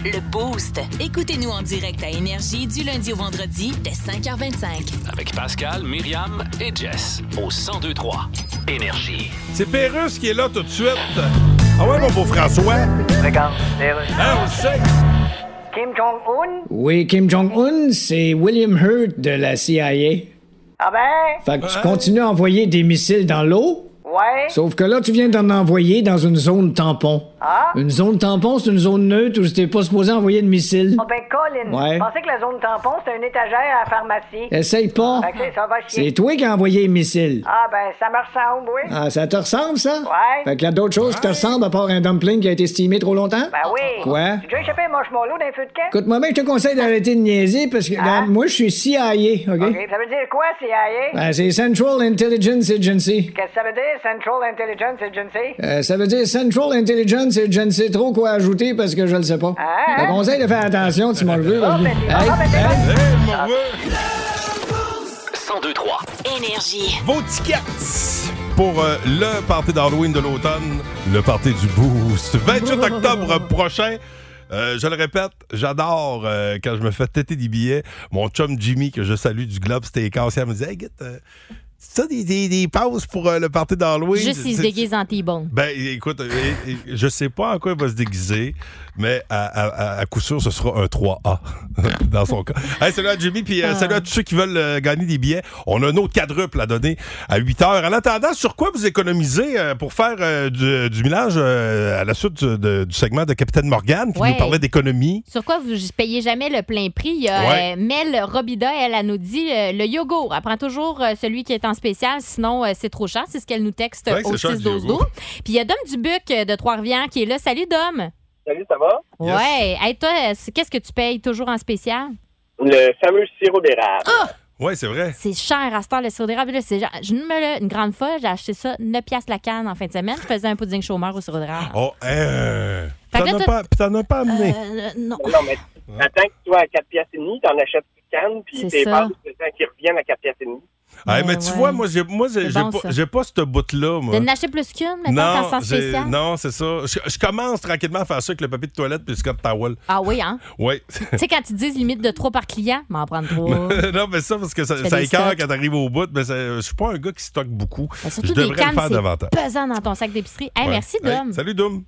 D: Le Boost.
I: Écoutez-nous en direct à Énergie du lundi au vendredi dès 5h25.
E: Avec Pascal, Myriam et Jess au 1023 Énergie.
F: C'est Pérus qui est là tout de suite. Ah ouais, mon beau François. Regarde, Pérus. Ah, on le sait.
Q: Kim Jong-un?
M: Oui, Kim Jong-un, c'est William Hurt de la CIA.
Q: Ah ben?
M: Fait que tu continues à envoyer des missiles dans l'eau,
Q: Ouais.
M: sauf que là, tu viens d'en envoyer dans une zone tampon.
Q: Ah?
M: Une zone tampon, c'est une zone neutre où t'es pas supposé envoyer de missiles.
Q: Ah ben, Colin,
M: Ouais.
Q: je pensais que la zone tampon, c'était une étagère à la pharmacie.
M: Essaye pas.
Q: Fait que ça va chier.
M: Ah. C'est toi qui as envoyé les missiles.
Q: Ah ben, ça me ressemble, oui.
M: Ah, ça te ressemble, ça?
Q: Ouais.
M: Fait qu'il y a d'autres choses qui te ressemblent à part un dumpling qui a été estimé trop longtemps?
Q: Ben oui.
M: Quoi?
Q: J'ai déjà échappé un marshmallow d'un feu de camp.
M: Écoute-moi bien, je te conseille d'arrêter de niaiser parce que regarde, moi, je suis CIA, OK?
Q: Hein? OK, Ça veut dire quoi, E? CIA?
M: Ben, c'est Central Intelligence Agency.
Q: Qu'est-ce que ça veut dire, Central Intelligence Agency?
M: Euh, ça veut dire Central Intelligence Agency. Trop quoi ajouter parce que je le sais pas.
Q: Hein?
M: Je te conseille de faire attention, tu m'en veux.
Q: Ah.
M: parce que- Hey,
Q: ben,
M: hey.
F: Eh,
E: 1023
I: Énergie.
F: Vos tickets pour euh, le party d'Halloween de l'automne, le party du Boost. 28 octobre prochain. Euh, je le répète, j'adore euh, quand je me fais têter des billets. Mon chum Jimmy, que je salue du Globe Steakhouse, il me dit Hey, git, euh, c'est ça des, des, des passes pour euh, le party d'Halloween
J: Juste s'il se
F: C'est-
J: déguise en T-bone.
F: Ben, écoute, euh, euh, je sais pas en quoi il va se déguiser, mais à, à- à- à coup sûr, ce sera un 3A dans son cas. Hey, salut à Jimmy, puis euh,
J: Ah.
F: salut à tous ceux qui veulent euh, gagner des billets. On a un autre quadruple à donner à 8 heures. En attendant, sur quoi vous économisez euh, pour faire euh, du, du millage euh, à la suite du, de- du segment de Capitaine Morgan qui
J: Ouais.
F: nous parlait d'économie?
J: Sur quoi vous payez jamais le plein prix? Il y a
F: Ouais.
J: euh, Mel Robida, elle, elle nous dit euh, le yogourt. Elle prend toujours euh, celui qui est en spécial, sinon euh, c'est trop cher. C'est ce qu'elle nous texte
R: Ouais,
J: au
R: c'est cher,
J: 6 12
R: du yogourt.
J: Puis il y a Dom Dubuc euh, de Trois-Rivières qui est là. Salut Dom!
R: Salut, ça va?
J: Ouais. Hey, toi, euh, c'est- qu'est-ce que tu payes toujours en spécial?
R: Le fameux sirop d'érable.
F: Oui, c'est vrai.
J: C'est cher à cette heure, le sirop d'érable. Là, c'est genre- je me le- une grande fois, j'ai acheté ça 9 piastres la canne en fin de semaine. Je faisais un pudding chômeur au sirop d'érable.
F: Oh, euh,
J: Fait que
F: t'en
J: là,
F: as pas- t'en as pas amené.
J: Euh, non.
R: Non, mais attends que tu sois à 4 piastres et demi, t'en achètes une canne, puis
J: C'est
R: tes
J: ça.
R: passes de temps qui reviennent à 4 piastres et demi.
F: Hey, mais tu vois, moi, j'ai moi, j'ai-
J: C'est
F: j'ai
J: bon,
F: pas,
J: ça.
F: j'ai pas ce bout-là. moi.
J: De n'acheter plus qu'une, mais quand c'est en
F: j'ai-
J: spécial.
F: non, c'est ça. Je, je commence tranquillement à faire ça avec le papier de toilette puis le Scott Towel.
J: Ah oui, hein?
F: Oui.
J: tu sais, quand ils disent limite de 3 par client, m'en prendre Ben, 3.
F: non, mais ça, parce que ça,
J: Oh. Tu fais
F: ça
J: des
F: écarte
J: stocks. Ben,
F: quand t'arrives au bout. Mais ça- je suis pas un gars qui stocke beaucoup. je
J: Surtout des
F: devrais
J: cannes,
F: le faire
J: c'est
F: davantage.
J: pesant dans ton sac d'épicerie. Hey,
F: Ouais.
J: merci,
F: Hey,
J: Dom.
F: salut, Dom.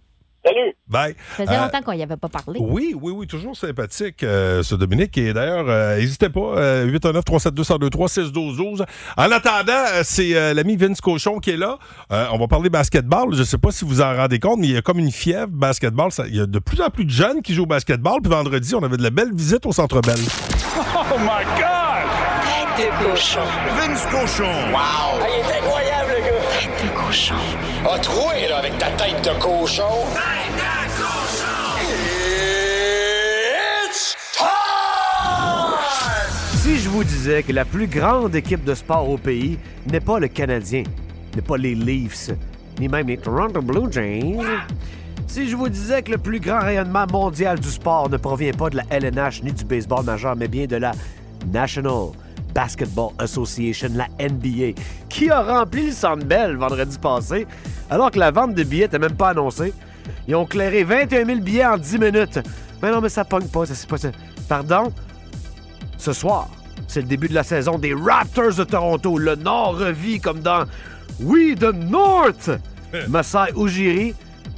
R: Salut.
F: Bye.
J: Ça faisait
F: Euh,
J: longtemps qu'on n'y avait pas parlé.
F: Oui, oui, oui, toujours sympathique, euh, ce Dominique. Et d'ailleurs, euh, n'hésitez pas, euh, 819 372 1023 6 12 12 En attendant, euh, c'est euh, l'ami Vince Cochon qui est là. Euh, on va parler basketball. Je ne sais pas si vous en rendez compte, mais il y a comme une fièvre basketball. Ça- Il y a de plus en plus de jeunes qui jouent au basketball. Puis vendredi, on avait de la belle visite au Centre Bell.
P: Oh my God! Tête de cochon. Vince cochon. Wow!
B: il est incroyable, le gars! Tête de cochon. A troué, là, avec ta tête de cochon. Tête de cochon! It's
S: Si je vous disais que la plus grande équipe de sport au pays n'est pas le Canadien, n'est pas les Leafs, ni même les Toronto Blue Jays, si je vous disais que le plus grand rayonnement mondial du sport ne provient pas de la LNH ni du baseball majeur, mais bien de la National Basketball Association, la NBA, qui a rempli le Centre Bell vendredi passé, alors que la vente de billets n'était même pas annoncée, ils ont clairé 21 000 billets en 10 minutes. Mais non, mais ça pogne pas, ça c'est pas ça. Pardon? Ce soir, c'est le début de la saison des Raptors de Toronto. Le Nord revit comme dans We the North. Masai Ujiri,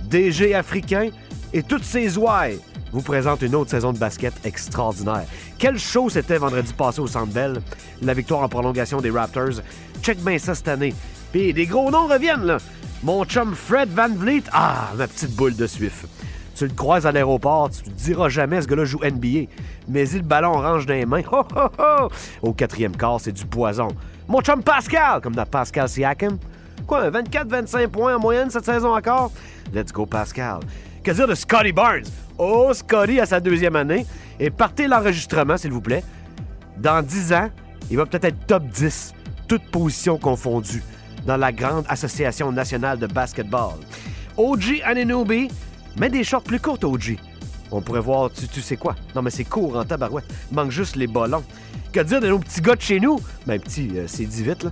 S: DG africain et toutes ses ouailles vous présentent une autre saison de basket extraordinaire. Quel show c'était vendredi passé au Centre Bell, la victoire en prolongation des Raptors. Check bien ça cette année. Puis des gros noms reviennent là. Mon chum Fred Van Vliet, ah, ma petite boule de suif. Tu le croises à l'aéroport, tu te diras jamais ce gars-là joue NBA. Mais il le ballon orange dans les mains. Ho, ho, ho! Au quatrième quart, c'est du poison. Mon chum Pascal, comme dans Pascal Siakam. Quoi, 24-25 points en moyenne cette saison encore? Let's go, Pascal. Que dire de Scotty Barnes? Oh, Scotty à sa deuxième année. Et partez l'enregistrement, s'il vous plaît. Dans 10 ans, il va peut-être être top 10, toutes positions confondues, dans la grande Association nationale de basketball. OG Ananobi, mais des shorts plus courtes, OG. On pourrait voir, tu, tu sais quoi? Non, mais c'est court en tabarouette. Manque juste les ballons. Que dire de nos petits gars de chez nous? Ben, petit, euh, c'est dit vite, là.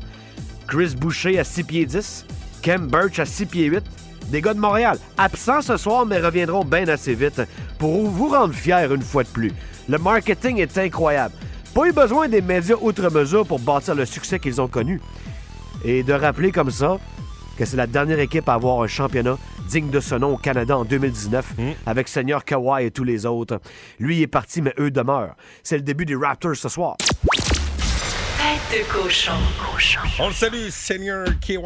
S: Chris Boucher à 6 pieds 10. Kem Birch à 6 pieds 8. Des gars de Montréal, absents ce soir, mais reviendront bien assez vite pour vous rendre fiers une fois de plus. Le marketing est incroyable. Pas eu besoin des médias outre mesure pour bâtir le succès qu'ils ont connu. Et de rappeler comme ça que c'est la dernière équipe à avoir un championnat digne de ce nom au Canada en 2019 avec Seigneur Kawhi et tous les autres. Lui est parti, mais eux demeurent. C'est le début des Raptors ce soir.
D: Tête de cochon.
F: On le salue, Seigneur KY.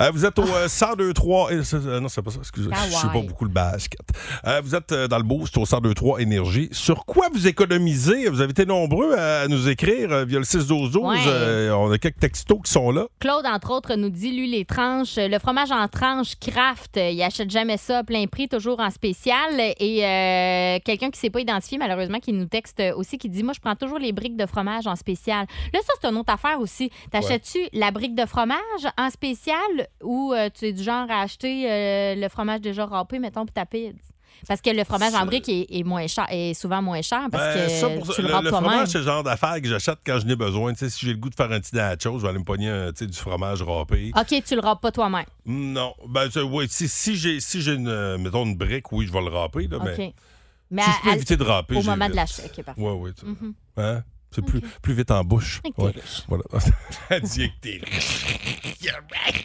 F: Euh, vous êtes au euh, 102.3... et- euh, non, c'est pas ça, excusez. Je sais pas
P: Kawaii.
F: beaucoup le basket. Euh, vous êtes euh, dans le boost au 102.3 Énergie. Sur quoi vous économisez? Vous avez été nombreux à nous écrire euh, via le 6-12-12.
J: Ouais.
F: Euh, on a quelques textos qui sont là.
J: Claude, entre autres, nous dit, lui, les tranches, euh, le fromage en tranches Kraft, euh, il achète jamais ça à plein prix, toujours en spécial. Et euh, quelqu'un qui s'est pas identifié, malheureusement, qui nous texte euh, aussi, qui dit, moi, je prends toujours les briques de fromage en spécial. Là, ça, c'est une autre affaire aussi. T'achètes-tu la brique de fromage en spécial ou euh, tu es du genre à acheter euh, le fromage déjà râpé, mettons, puis tapide? Parce que le fromage en brique est, est moins cher, est souvent moins cher parce
F: Ben,
J: que
F: ça, pour ça,
J: tu le,
F: le,
J: râpes
F: le
J: toi-même.
F: fromage, c'est le genre d'affaire que j'achète quand je n'ai besoin. Tu sais, si j'ai le goût de faire un petit nacho, je vais aller me pogner un, tu sais, du fromage râpé.
J: OK, tu le râpes pas toi-même.
F: Non. Ben, ça, ouais, si, si j'ai si j'ai une, euh, mettons, une brique, oui, je vais le râper. Là,
J: OK.
F: mais
J: Mais
F: Ah, ben, si
J: à-
F: je peux
J: à-
F: éviter de râper,
J: Au
F: j'ai-
J: moment de l'achat. OK, parfait.
F: Ouais, ouais, tu-
J: Mhm.
F: hein? C'est plus, plus vite en bouche.
J: Fait que t'es
F: Ouais. Voilà. Elle dit que t'es riche. You're right.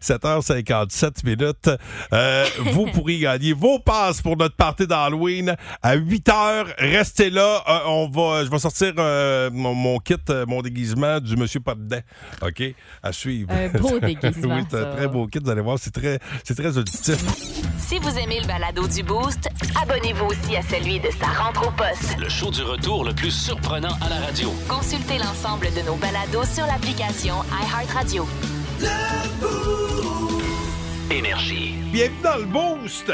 F: 7h57 minutes. Euh, vous pourrez gagner vos passes pour notre party d'Halloween à 8h. Restez là. Euh, on va, je vais sortir euh, mon, mon kit, euh, mon déguisement du Monsieur Pas dedans. OK? À suivre.
I: Un beau déguisement,
F: oui, c'est
I: ça.
F: un très beau kit. Vous allez voir, c'est très, c'est très auditif.
D: Si vous aimez le balado du Boost, abonnez-vous aussi à celui de sa rentre au poste.
E: Le show du retour le plus surprenant à la radio.
D: Consultez l'ensemble de nos balados sur l'application iHeartRadio.
E: Énergie.
F: Bienvenue dans le Boost!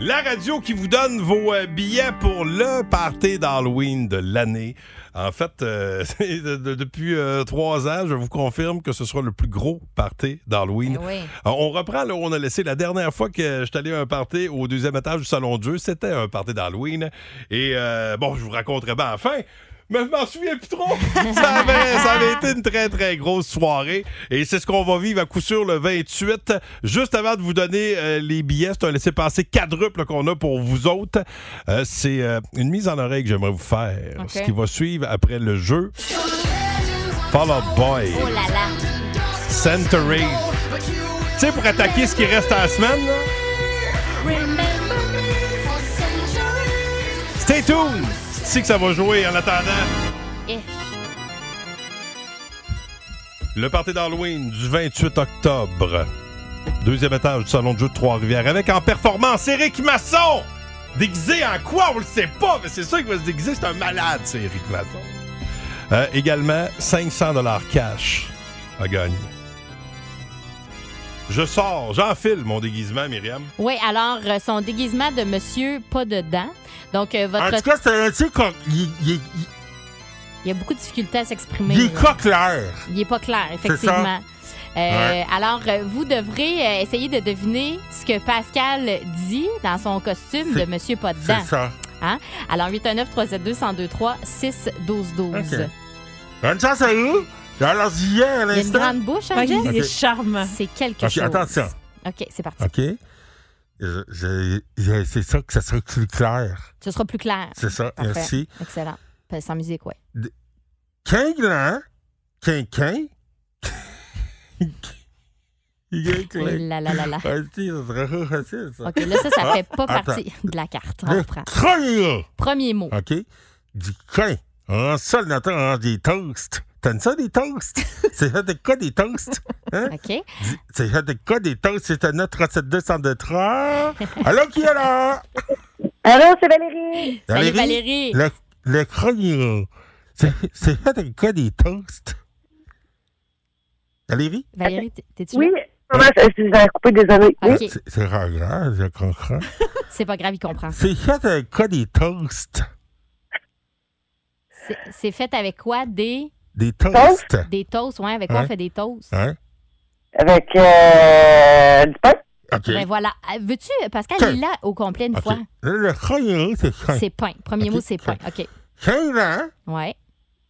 F: La radio qui vous donne vos euh, billets pour le party d'Halloween de l'année. En fait, euh, c'est de- de- depuis euh, trois ans, je vous confirme que ce sera le plus gros party d'Halloween.
P: Ben oui.
F: Euh, on reprend là où on a laissé la dernière fois que je suis allé à un party au deuxième étage du Salon Dieu. C'était un party d'Halloween. Et euh, bon, je vous raconterai bien enfin. Mais je m'en souviens plus trop. Ça avait, ça avait été une très, très grosse soirée. Et c'est ce qu'on va vivre à coup sûr le 28. Juste avant de vous donner euh, les billets, c'est un laissez-passer quadruple qu'on a pour vous autres. Euh, c'est euh, une mise en oreille que j'aimerais vous faire.
J: Ok.
F: Ce qui va suivre après le jeu. Fall Out Boy.
J: Oh là là.
F: Century. Tu sais, pour attaquer ce qui reste à la semaine, là. Stay tuned! Tu sais que ça va jouer en attendant.
J: Eh.
F: Le party d'Halloween du 28 octobre. Deuxième étage du Salon de jeu de Trois-Rivières avec en performance Éric Masson! Déguisé en quoi? On le sait pas, mais c'est sûr qu'il va se déguiser. C'est un malade, c'est Éric Masson. Euh, également, 500 cash à gagner. Je sors, j'enfile mon déguisement, Myriam.
J: Oui, alors, euh, son déguisement de monsieur, pas dedans. Donc, euh, votre.
F: En tout cas, c'est un truc qu'on- il- il-
J: Il y a beaucoup de difficultés à s'exprimer.
F: il est
J: là.
F: coqueleur.
J: Il est pas clair,
F: C'est
J: effectivement. Euh,
F: Ouais.
J: Alors, euh, vous devrez euh, essayer de deviner ce que Pascal dit dans son costume de Monsieur Pas dedans.
F: C'est ça.
J: Hein? Alors, 819 372 1023 6 12 12
F: Ok. Bonne chance à vous. Dans leur billet
J: Il
F: à
J: y a une
F: l'instant.
J: grande bouche, hein,
F: Ouais,
J: Jess?
F: il est Ok.
J: charmant. C'est quelque
F: Ok,
J: chose.
F: attention. Ah.
J: OK, c'est parti.
F: OK? Je- je- je- C'est ça que ça serait plus clair.
J: Ce sera plus clair.
F: C'est ça,
J: Parfait.
F: merci.
J: Excellent. Puis Sans musique, oui.
F: Quinglan, quinquin. Il est clair.
J: Oui, là, là, là, là.
F: Ah, si, ça serait trop facile, ça.
J: OK, là, ça, ça
F: Ah,
J: fait pas
F: attends.
J: partie de la carte. On
F: Le
J: reprend.
F: crâne, là.
J: Premier mot.
F: OK? Du quin. On rend ça dans le temps, on rend des toasts. T'aimes ça, des toasts? C'est ça, des quoi, des toasts? Hein?
J: OK.
F: Dis- C'est ça, des quoi, des toasts? C'est un autre 372 Allô, qui est là?
T: Allô, c'est Valérie.
F: Le, le chroniqueur. C'est c'est ça, des quoi, des toasts? Valérie?
J: Valérie, t- t'es-tu
T: Oui,
J: là?
T: maman, je je vous ai coupé, désolé.
J: OK.
F: Euh, C'est rare, hein, je comprends.
J: C'est pas grave, il comprend.
F: C'est ça, des quoi, des toasts?
J: C'est- C'est fait avec quoi? Des...
F: Des toasts?
J: Des toasts, oui. Avec quoi
F: Ouais.
J: on fait des toasts?
F: Hein?
T: Avec euh, du pain.
F: OK.
J: Ben voilà. Euh, Veux-tu, Pascal,
F: Ok.
J: il est là au complet une
F: OK.
J: fois.
F: Le, le chroniqueur, c'est ça.
J: C'est pain. Premier mot, c'est pain. OK.
F: C'est là,
J: Ouais.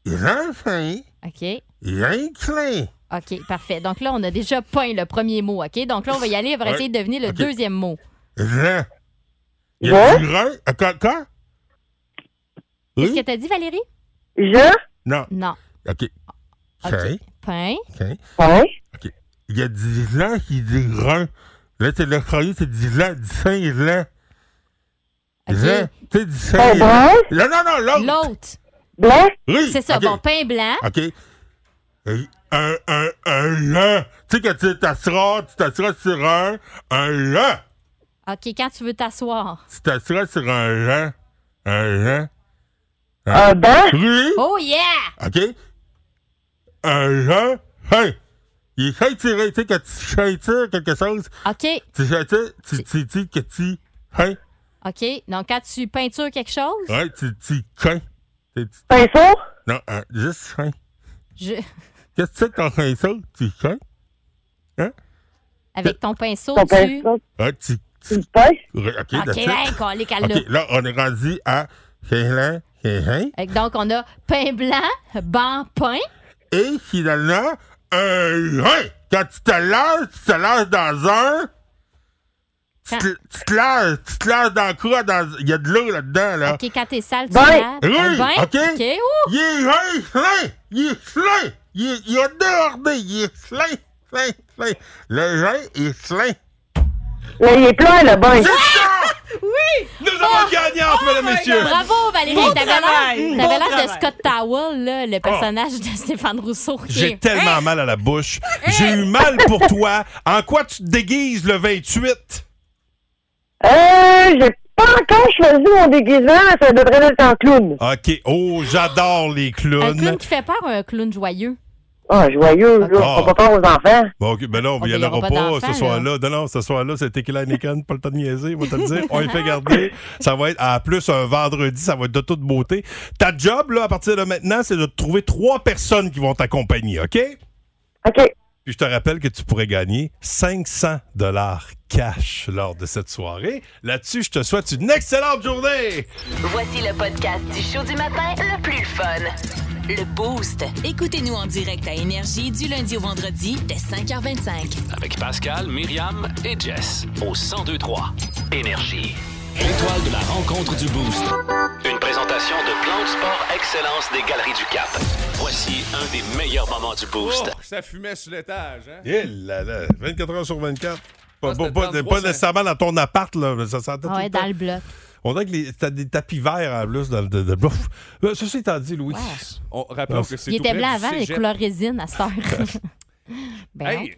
F: il a faim,
J: OK.
F: il a une clé.
J: OK, parfait. Donc là, on a déjà pain, le premier mot, OK? Donc là, on va y aller, on va
F: Ouais.
J: essayer de deviner le
F: OK.
J: deuxième mot.
F: Jean. Il y a du grain. Ah, Quoi? quoi?
J: Qu'est-ce
F: Oui?
J: que t'as dit, Valérie?
T: Je?
F: Non.
J: Non.
F: OK.
J: OK.
F: Faim.
J: Pain.
F: Faim. OK. Il y a du gland qui dit grain. Là, c'est le croyant, c'est du gland, du saint et gland. Gland. Tu sais, du saint et gland. Non, non, non, l'autre.
J: L'autre.
T: Blanc?
F: Oh! Oui.
J: C'est ça,
F: OK.
J: bon, pain blanc.
F: OK. Euh, Un, un, un lent. Tu sais, quand tu t'asseras, tu t'asseras sur un, un lent.
J: OK, quand tu veux t'asseoir.
F: Tu t'asseras sur un lent. Un lent.
T: Un banc?
F: Oui.
J: Oh yeah!
F: OK? Un lent. Hey! Il est ceinturé. Tu sais, quand tu ceintures quelque chose,
J: OK,
F: tu ceintures, tu, tu dis que tu. Hein?
J: OK. Donc, quand tu peintures quelque chose,
F: Ouais, tu, tu coins. Tu- tu-
T: Pinceau?
F: Non, euh, juste coins.
J: je...
F: Qu'est-ce que c'est ton pinceau? Tu coins? Hein?
J: avec ton pinceau,
T: Ton
J: tu...
T: pinceau.
F: Ah, tu. Tu
T: pinces?
F: OK,
J: OK,
F: that's it.
J: hey, calé, calme-le.
F: OK, là, on est rendu à Kéhlin, Kéhlin.
J: Fait que Donc, on a pain blanc, ban, pain.
F: Et finalement, un rein. Quand tu te lâches, tu te lâches dans un. Tu te, tu te lâches, tu te lâches dans quoi? Dans... Il y a de l'eau là-dedans, là.
J: OK, quand t'es sale, tu
F: Bain.
J: laves.
F: Ah. Oui,
J: Un bain.
F: OK.
J: OK, ouh!
F: Il est rein, rein. Il est rein. Il est- il a débordé. Il est flin, flin, flin. Le rein est flin.
T: Là, il est plein, le bain.
F: Oui! Nous avons une gagnante, mesdames et messieurs.
J: Bravo, Valérie!
F: Bon
J: T'avais l'air t'avais
F: travail. Bon
J: l'air de
F: travail.
J: Scott Towell, là, le personnage de Stéphane Rousseau. qui
F: Ah. J'ai
J: est-
F: tellement mal à la bouche. J'ai eu mal pour toi. En quoi tu te déguises le 28?
T: Euh, j'ai pas encore choisi mon déguisement, ça devrait être en clown.
F: OK. Oh, j'adore les
J: Un
F: clowns.
J: clown qui fait peur, un clown joyeux.
T: Ah, joyeux, là,
F: Ah.
T: on va pas peur aux enfants.
F: Bon, OK, ben là, on
J: Ah,
F: y
J: ben,
F: en
J: y aura
F: aura
J: pas
F: pas,
J: d'enfants,
F: ce soir-là. Non, non, ce soir-là, c'était Killer Nikon, pas le temps de niaiser, on va te le dire. On y fait garder. Ça va être, en plus, un vendredi, ça va être de toute beauté. Ta job, là, à partir de maintenant, c'est de trouver trois personnes qui vont t'accompagner, OK?
T: OK.
F: Puis je te rappelle que tu pourrais gagner 500 dollars cash lors de cette soirée. Là-dessus, je te souhaite une excellente journée!
D: Voici le podcast du show du matin le plus fun. Le Boost.
I: Écoutez-nous en direct à Énergie du lundi au vendredi dès 5h25.
E: Avec Pascal, Myriam et Jess au 1023 Énergie. L'étoile de la rencontre du Boost. Une présentation de Plan de Sport Excellence des Galeries du Cap. Voici un des meilleurs moments du Boost.
U: Oh, ça fumait sur l'étage, hein?
F: Eh là là, 24 heures sur 24. Pas, pas- pas-
U: c'était
F: pas
U: 33,
F: nécessairement Oh, dans ton appart, là. mais Ça sentait tout
J: Ah Ouais,
F: le
J: dans
F: temps.
J: le bloc.
F: On dirait que les- t'as des tapis verts en plus dans le. De, de, Ouf. Euh, Ceci étant dit, Louis.
U: On, rappelons que c'est
J: Il
U: tout
J: était
U: près
J: blanc
U: du
J: avant, les
U: cégep.
J: couleurs résine à cette heure. ben non.
U: Hey,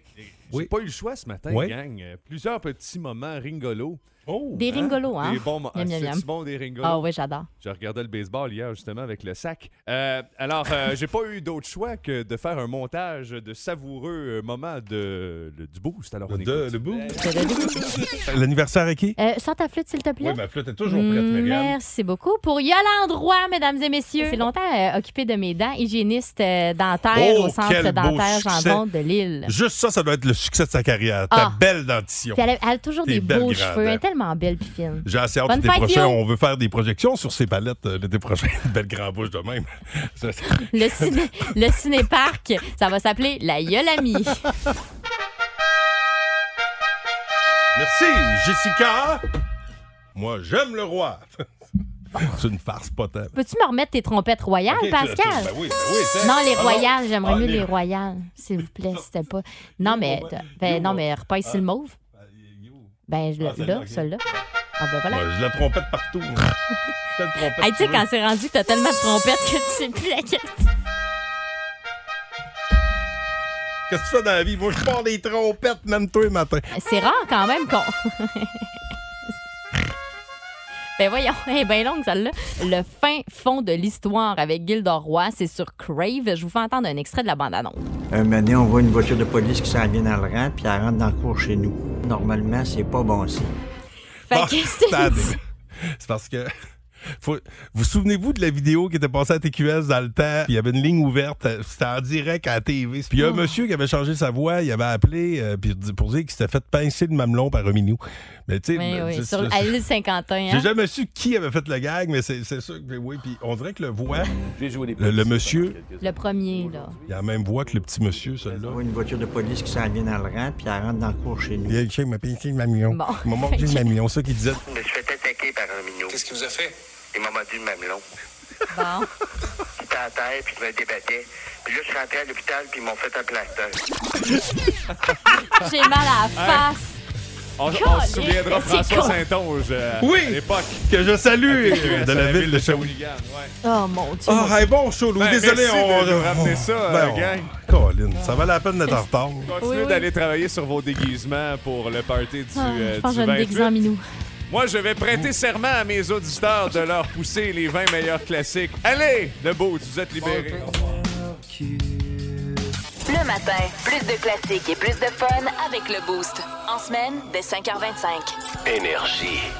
U: j'ai pas eu le choix ce matin,
F: Oui.
U: gang. Euh, Plusieurs petits moments ringolos.
J: Des ringolos, hein?
U: Des bons moments.
J: Miam, miam, miam.
U: C'est bon, des ringolos.
J: Ah ouais, j'adore.
U: Je regardais le baseball hier, justement, avec le sac. Euh, alors, euh, j'ai pas eu d'autre choix que de faire un montage de savoureux euh, moments de, le- du boost. Alors, on
F: de-
U: écoute.
F: le boost. L'anniversaire à qui?
J: Euh, sans ta flûte, s'il te plaît.
F: Oui, ben, ma flûte est toujours prête, Myriam.
J: Merci beaucoup pour Yolande Roy, mesdames et messieurs. C'est longtemps euh, occupée de mes dents, hygiéniste euh, dentaire
F: Oh,
J: au centre
F: quel beau
J: dentaire
F: succès.
J: Jean de Lille.
F: Juste ça, ça doit être le succès de sa carrière. Ta
J: Ah.
F: belle dentition.
J: Puis elle a, elle a toujours
F: Des
J: des,
F: belles
J: beaux
F: grandes
J: cheveux. Elle est
F: dents.
J: tellement belle puis fine.
F: J'ai assez hâte
J: Bonne
F: l'été
J: fête,
F: prochain.
J: Guillaume.
F: On veut faire des projections sur ces palettes euh, l'été prochain. Belle grand bouche de même. Ça, ça-
J: Le, ciné, le cinéparc, ça va s'appeler la Yolami.
F: Merci, Jessica. Moi, j'aime le roi. C'est une farce, pas tant.
J: Peux-tu me remettre tes trompettes royales,
F: Ok,
J: Pascal?
F: ben oui, ben oui, c'est-
J: non, les
F: Ah, non.
J: royales, j'aimerais
F: Ah,
J: mieux
F: les-
J: les royales, s'il vous plaît, c'était pas. Non, mais, t'as- ben, non, mais repasse le mauve. Ben, je-
F: Ah, celle-là,
J: là,
F: ok.
J: celle-là. Ah, ben voilà.
F: Moi, je la trompette partout. Je la trompette
J: Hey, tu sais,
F: partout.
J: quand c'est rendu, que t'as tellement de trompettes que tu sais plus laquelle.
F: Qu'est-ce que tu fais dans la vie? Moi, je pars des trompettes, même toi, le matin.
J: C'est rare quand même qu'on. ben voyons, elle est bien longue celle-là. Le fin fond de l'histoire avec Gildor Roy, c'est sur Crave. Je vous fais entendre un extrait de la bande-annonce.
A: Un matin, on voit une voiture de police qui s'en vient dans le rang, puis elle rentre dans le cours chez nous. Normalement, c'est pas bon signe.
J: Fait
F: Bon,
J: que c'est-
F: attendez. C'est parce que. faut- vous souvenez-vous de la vidéo qui était passée à TQS dans le temps? Il y avait une ligne ouverte, euh, c'était en direct à la TV. Puis il y a
J: Oh.
F: un monsieur qui avait changé sa voix, il avait appelé euh, puis di- pour dire qu'il s'était fait pincer le mamelon par un minou. Mais tu sais,
J: Oui,
F: mais
J: Ben oui,
F: c'est-
J: sur
F: c'est-
J: à l'île Saint-Quentin. hein.
F: j'ai jamais su qui avait fait le gag, mais c'est c'est sûr que oui. Puis on dirait que le voix, le, le monsieur,
J: Le premier, là.
F: il a la même voix que le petit monsieur, celui-là.
A: On voit une voiture de police qui s'en vient dans le rang, puis elle rentre dans le cours chez nous.
F: Il y a quelqu'un qui m'a pincé le mamelon.
A: Bon.
F: Il m'a mordu le mamelon, ça qu'il disait.
O: Je me suis fait attaquer par un mignot. Qu'est-ce qu'il vous a fait? Il m'a mordu le mamelon.
J: Bon.
O: J'étais à terre, puis je me débattais. Puis là, je suis rentré à l'hôpital, puis ils m'ont fait un plaster.
J: J'ai mal à la
O: Hein?
J: face.
U: On, on
J: Colin,
U: se souviendra de
J: c'est con.
U: François Saint-Onge euh,
F: Oui!
U: à l'époque.
F: Que je salue
U: À TQS, à
F: de Ah, la ville de Shawinigan.
U: Shawinigan, ouais.
J: Oh mon dieu.
F: Ah, hey, bon show, Louis.
U: Ben,
F: Désolé,
U: merci
F: on Ben,
U: de nous ramener ça, euh, gang.
F: Colin, ça valait la peine d'être en retard.
U: Continuez d'aller travailler sur vos déguisements pour le party du,
J: Ah,
U: euh,
J: je pense
U: du
J: que je vais me
U: 28.
J: déguiser en minou.
U: Moi, je vais prêter serment à mes auditeurs de leur pousser les 20 meilleurs classiques. Allez, debout, vous êtes libérés.
I: Le matin, plus de classiques et plus de fun avec le Boost. En semaine, dès 5h25.
E: Énergie.